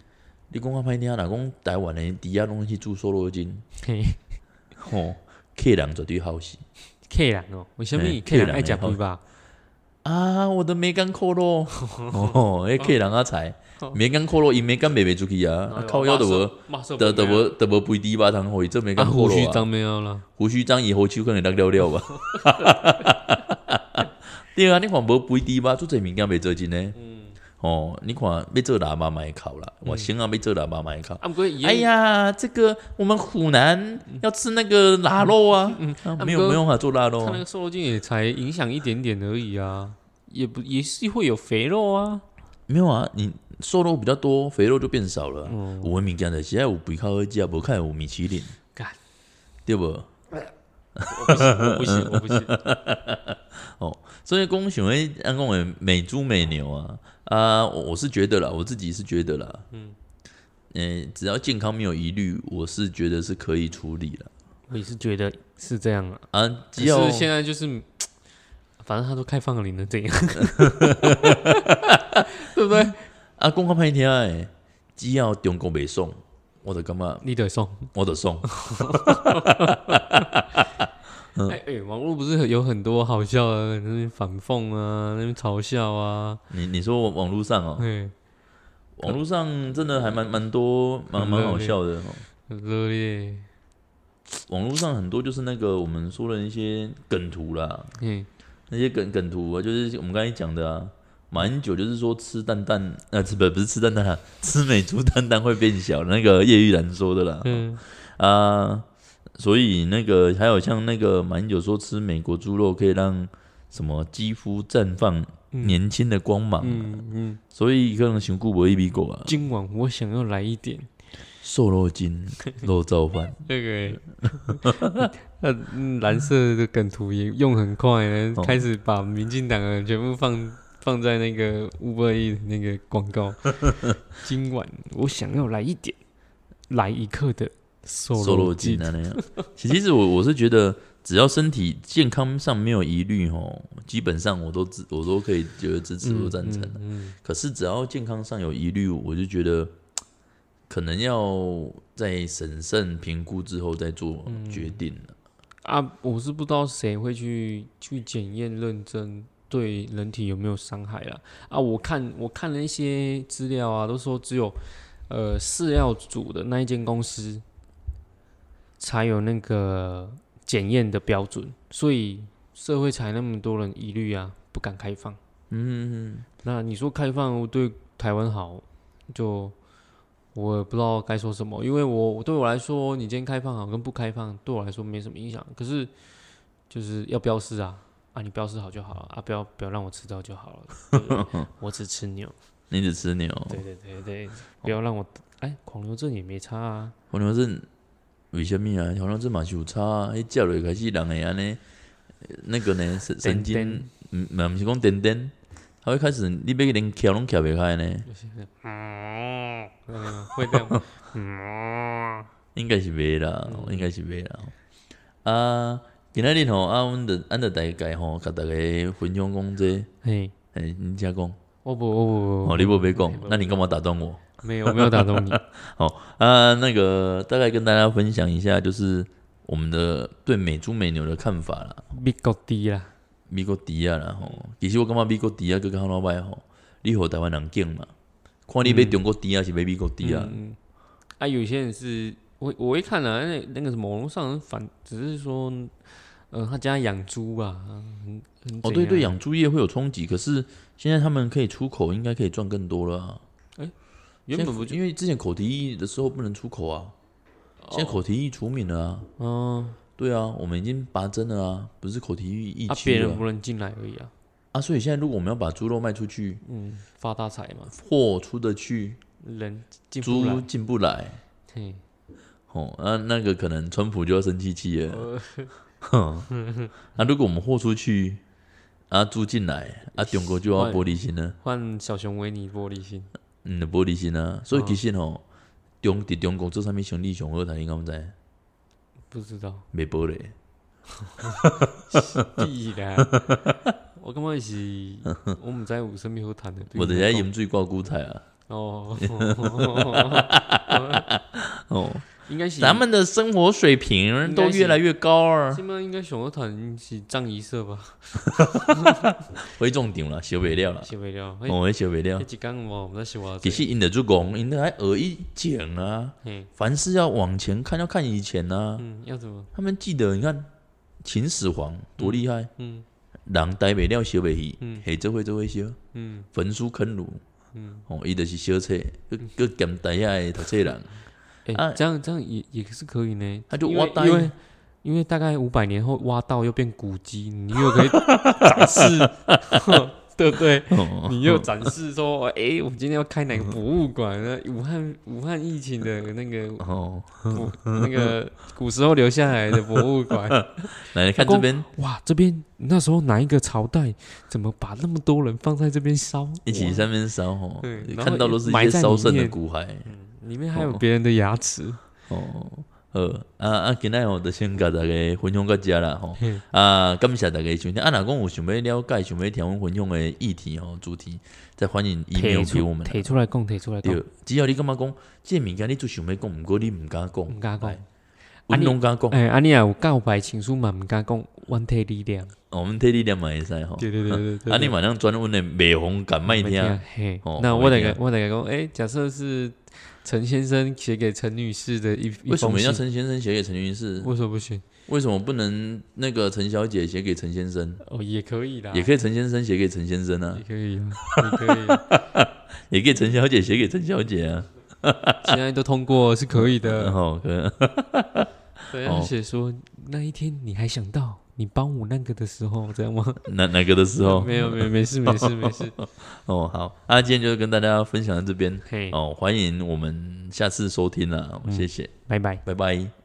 Speaker 1: 你讲较歹听啦，讲台湾诶底下拢去煮瘦肉精，
Speaker 2: 嘿，
Speaker 1: 吼，客人绝对好死
Speaker 2: 客人哦，为虾米
Speaker 1: 嘿
Speaker 2: 客人
Speaker 1: 客人哦
Speaker 2: 爱食
Speaker 1: 会好
Speaker 2: 肥吧？
Speaker 1: 啊！我的梅干扣肉，哦，迄客人啊菜，梅干扣肉伊梅干卖袂出去啊，啊靠腰的
Speaker 2: 哎
Speaker 1: 无。
Speaker 2: 无
Speaker 1: 得得无得无肥猪肉汤互伊，这没
Speaker 2: 啊，
Speaker 1: 干
Speaker 2: 胡
Speaker 1: 好
Speaker 2: 须
Speaker 1: 咯啊。
Speaker 2: 长没有啦，
Speaker 1: 胡须章伊好手可能当了了 吧。对啊，你看无肥猪肉，做这物件袂做真呢。
Speaker 2: 嗯
Speaker 1: 哦，你看要做喇叭嘛会哭啦，我先啊要做喇叭嘛会哭。
Speaker 2: 啊，毋过伊
Speaker 1: 哎呀，这个我们湖南
Speaker 2: 嗯
Speaker 1: 要吃那个腊肉啊，啊没
Speaker 2: 啊不
Speaker 1: 有
Speaker 2: 过
Speaker 1: 没有办法做腊肉
Speaker 2: 他那
Speaker 1: 啊。
Speaker 2: 个瘦肉精也才影响一点点而已啊，也不也是会有肥肉啊。
Speaker 1: 没有啊，你瘦肉比较多，肥肉就变少了啊。
Speaker 2: 哦
Speaker 1: 有的物件就是爱有肥较好食，无较会有米其林
Speaker 2: 干，
Speaker 1: 对无？
Speaker 2: 我不 行，我不行。
Speaker 1: 所以公想会安公诶美猪美牛啊啊，我我是觉得啦，我自己是觉得啦，嗯，只要健康没有疑虑，我是觉得是可以处理了
Speaker 2: 我也是觉得是这样啊，
Speaker 1: 啊。只
Speaker 2: 只
Speaker 1: 要
Speaker 2: 是现在就是，反正他都开放了，你能怎样？对不对？
Speaker 1: 啊，公告拍听诶，只要中国袂送，我就感觉
Speaker 2: 你得送。
Speaker 1: 我就送。
Speaker 2: 哎哎，网络不是有很多好笑的，那边反讽啊，那边嘲笑啊，
Speaker 1: 你你说网网络上哦，
Speaker 2: 哎，
Speaker 1: 网络上真的还
Speaker 2: 嗯
Speaker 1: 蛮蛮多蛮蛮好笑的、哦。
Speaker 2: 很热烈。
Speaker 1: 网络上很多就是那个我们说的那些梗图啦，
Speaker 2: 嗯，
Speaker 1: 那些梗梗图啊，就是我们刚才讲的啊，马英九就是说吃蛋蛋，呃，吃不不是吃蛋蛋啊，吃美猪蛋蛋会变小，那个叶玉兰说的啦，
Speaker 2: 嗯，
Speaker 1: 啊、所以那个还有像那个马英九说吃美国猪肉可以让什么肌肤绽放年轻的光芒，
Speaker 2: 嗯嗯，
Speaker 1: 所以可能熊顾博一比狗啊，
Speaker 2: 今晚我想要来一点。
Speaker 1: 瘦肉 精肉燥饭，
Speaker 2: 那个欸 那嗯蓝色的梗图也用很快呢，
Speaker 1: 哦
Speaker 2: 开始把民进党的人全部放放在那个 Uber E 的那个广 告。今晚我想要来一点，来一克的瘦
Speaker 1: 瘦
Speaker 2: 肉
Speaker 1: 肉精
Speaker 2: 精。
Speaker 1: 啊那样。其实我我是觉得，只要身体健康上没有疑虑哦，基本上我都支，我都可以觉得支持或赞成、啊
Speaker 2: 嗯
Speaker 1: 可是只要健康上有疑虑，我就觉得可能要在审慎评估之后再做决定了、
Speaker 2: 啊，我是不知道谁会去去检验认真对人体有没有伤害啦。啊，我看我看了一些资料啊，都说只有呃饲料组的那一间公司才有那个检验的标准，所以社会才那么多人疑虑啊，不敢开放。
Speaker 1: 嗯，
Speaker 2: 那你说开放对台湾好，就我也不知道该说什么，因为我对我来说，你今天开放好跟不开放对我来说没什么影响。可是就是要标示啊啊，你标示好就好了啊，不要不要让我吃到就 好了。对不对我只吃牛，
Speaker 1: 你只吃牛，
Speaker 2: 对对对对，不要让我哎，狂牛症也没差啊。
Speaker 1: 黄牛症为什么啊？黄牛症嘛是有差啊，迄食落开始人会安尼，呃那个呢神神经，嗯，嘛毋是讲颠颠，他会开始你要连翘拢翘袂开呢，
Speaker 2: 嗯，会这样，嗯，
Speaker 1: 应该是袂啦，应该是袂啦。啊，今仔日吼，啊，阮着按着大概吼，甲大家分享讲这
Speaker 2: 嘿，
Speaker 1: 诶、你才讲，
Speaker 2: 我哎不我不
Speaker 1: 哦，
Speaker 2: 我
Speaker 1: 你无要讲，那你干嘛打断我？
Speaker 2: 不，没有我没有打动你，
Speaker 1: 啊，那个大概跟大家分享一下，就是我们的对美猪美牛的看法啦。
Speaker 2: 比较低啦。
Speaker 1: 美国猪啊啦吼，其实我感觉美国猪啊佮较老歹吼，你互台湾人敬嘛，看你买中国猪啊是买美国猪啊，
Speaker 2: 嗯嗯啊，有些人是我我一看了、那那个什么网络上反，只是说，呃，他家养猪啊，很很
Speaker 1: 哦
Speaker 2: 怎
Speaker 1: 对对，
Speaker 2: 样，
Speaker 1: 养猪业会有冲击，可是现在他们可以出口，应该可以赚更多了、啊。
Speaker 2: 原本不
Speaker 1: 现在因为之前口蹄疫的时候不能出口啊，现在口蹄疫除名了啊，
Speaker 2: 哦，
Speaker 1: 对啊，我们已经拔针了啊，不是口蹄疫疫
Speaker 2: 啊，
Speaker 1: 区
Speaker 2: 别
Speaker 1: 了
Speaker 2: 人不能进来而已啊，
Speaker 1: 啊，所以现在如果我们要把猪肉卖出去，
Speaker 2: 嗯，发大财嘛，
Speaker 1: 货出得去，
Speaker 2: 人进不
Speaker 1: 猪
Speaker 2: 来，
Speaker 1: 进不来，
Speaker 2: 嘿，
Speaker 1: 哦，那那个可能川普就要生气气了。
Speaker 2: 呃
Speaker 1: 那、啊、如果我们豁出去，啊，住进来，啊，中国就要玻璃心了，
Speaker 2: 换小熊维尼玻璃心，
Speaker 1: 嗯，玻璃心啊。
Speaker 2: 哦
Speaker 1: 所以其实吼、中伫中国做啥物生意上好，台你敢知？
Speaker 2: 不 知道
Speaker 1: 袂玻璃，
Speaker 2: 屁啦，我感觉是，我们在有身边好谈的，对
Speaker 1: 我
Speaker 2: 你
Speaker 1: 伫遐
Speaker 2: 讲
Speaker 1: 饮水挂韭菜啊。
Speaker 2: 哦，
Speaker 1: 哦，
Speaker 2: 应该是
Speaker 1: 咱们的生活水平都越来越高啊。
Speaker 2: 现在应该上好谈是葬仪社吧。
Speaker 1: 回重点啦，烧袂了啦，
Speaker 2: 受不了，迄
Speaker 1: 哦，烧袂了
Speaker 2: 迄。一工我毋知想偌
Speaker 1: 其
Speaker 2: 济，
Speaker 1: 实因的做讲，因的还学一讲啊，
Speaker 2: 嘿，
Speaker 1: 凡事要往前看，要看以前啊。
Speaker 2: 嗯，要怎么，
Speaker 1: 他们记得，你看秦始皇多厉害，
Speaker 2: 嗯
Speaker 1: 人呆袂了，烧袂去
Speaker 2: 嗯，
Speaker 1: 嘿，这会这会烧，
Speaker 2: 嗯
Speaker 1: 焚书坑儒，
Speaker 2: 嗯，
Speaker 1: 哦，伊就是小册，佮佮兼呆下读册 人，
Speaker 2: 哎、
Speaker 1: 啊
Speaker 2: 这样这样也也是可以呢，
Speaker 1: 他就
Speaker 2: 因
Speaker 1: 挖
Speaker 2: 为
Speaker 1: 大
Speaker 2: 因
Speaker 1: 一
Speaker 2: 为因为大概五百年后挖到又变古迹，你又可以展示， 对不对？
Speaker 1: 哦
Speaker 2: 你又展示说，哎、我们今天要开哪个博物馆呢？武汉武汉疫情的那个
Speaker 1: 哦，
Speaker 2: 博那个古时候留下来的博物馆，
Speaker 1: 来看这边
Speaker 2: 哇，这边那时候哪一个朝代怎么把那么多人放在这边烧？
Speaker 1: 一起
Speaker 2: 哇
Speaker 1: 上面烧哦
Speaker 2: 对，然后
Speaker 1: 看到都是一
Speaker 2: 埋
Speaker 1: 些
Speaker 2: 在
Speaker 1: 烧剩
Speaker 2: 里
Speaker 1: 的
Speaker 2: 面
Speaker 1: 骨骸，
Speaker 2: 里面还有别人的牙齿，
Speaker 1: 哦。呃啊啊！今日吼，就先甲大家分享到遮啦吼
Speaker 2: 嘿。
Speaker 1: 啊，感谢大家收听。啊，若讲有想要了解、想要听阮分享的议题吼、主题，再欢迎 email 给我们。
Speaker 2: 提出来讲，提出来讲，
Speaker 1: 对，只要你感觉讲，这物件你最想要讲，毋过你毋敢讲，
Speaker 2: 毋敢讲
Speaker 1: 哎。阮拢敢讲，
Speaker 2: 嗯哎，安尼啊，有告白情书嘛，毋敢讲，阮体力量。哦
Speaker 1: 哦我们替你念嘛会使吼。
Speaker 2: 对对对对对
Speaker 1: 啊，你马上转阮的美红敢卖听，
Speaker 2: 啊。嘿
Speaker 1: 哦，
Speaker 2: 那我
Speaker 1: 我
Speaker 2: 得
Speaker 1: 会听
Speaker 2: 个，我得个讲，哎，假设是陈先生写给陈女士的一一
Speaker 1: 为什
Speaker 2: 封
Speaker 1: 么要
Speaker 2: 信，
Speaker 1: 陈先生写给陈女士？
Speaker 2: 为什么不行？
Speaker 1: 为什么不能那个陈小姐写给陈先生？
Speaker 2: 哦，也可以啦，
Speaker 1: 也可以陈先生写给陈先生啊
Speaker 2: 也，可以啊，也可以。
Speaker 1: 也可以陈小姐写给陈小姐啊。
Speaker 2: 现在都通过是可以
Speaker 1: 然
Speaker 2: 的。
Speaker 1: 后可能
Speaker 2: 对，
Speaker 1: 哦
Speaker 2: 而且说那一天你还想到你帮我那个的时候，这样吗？
Speaker 1: 哪哪个的时候？
Speaker 2: 没有没有没事没事没 事。
Speaker 1: 哦，好，啊，今天就跟大家分享到这边哦
Speaker 2: 嘿，
Speaker 1: 哦，欢迎我们下次收听啦，谢谢，
Speaker 2: 拜拜。
Speaker 1: 拜拜。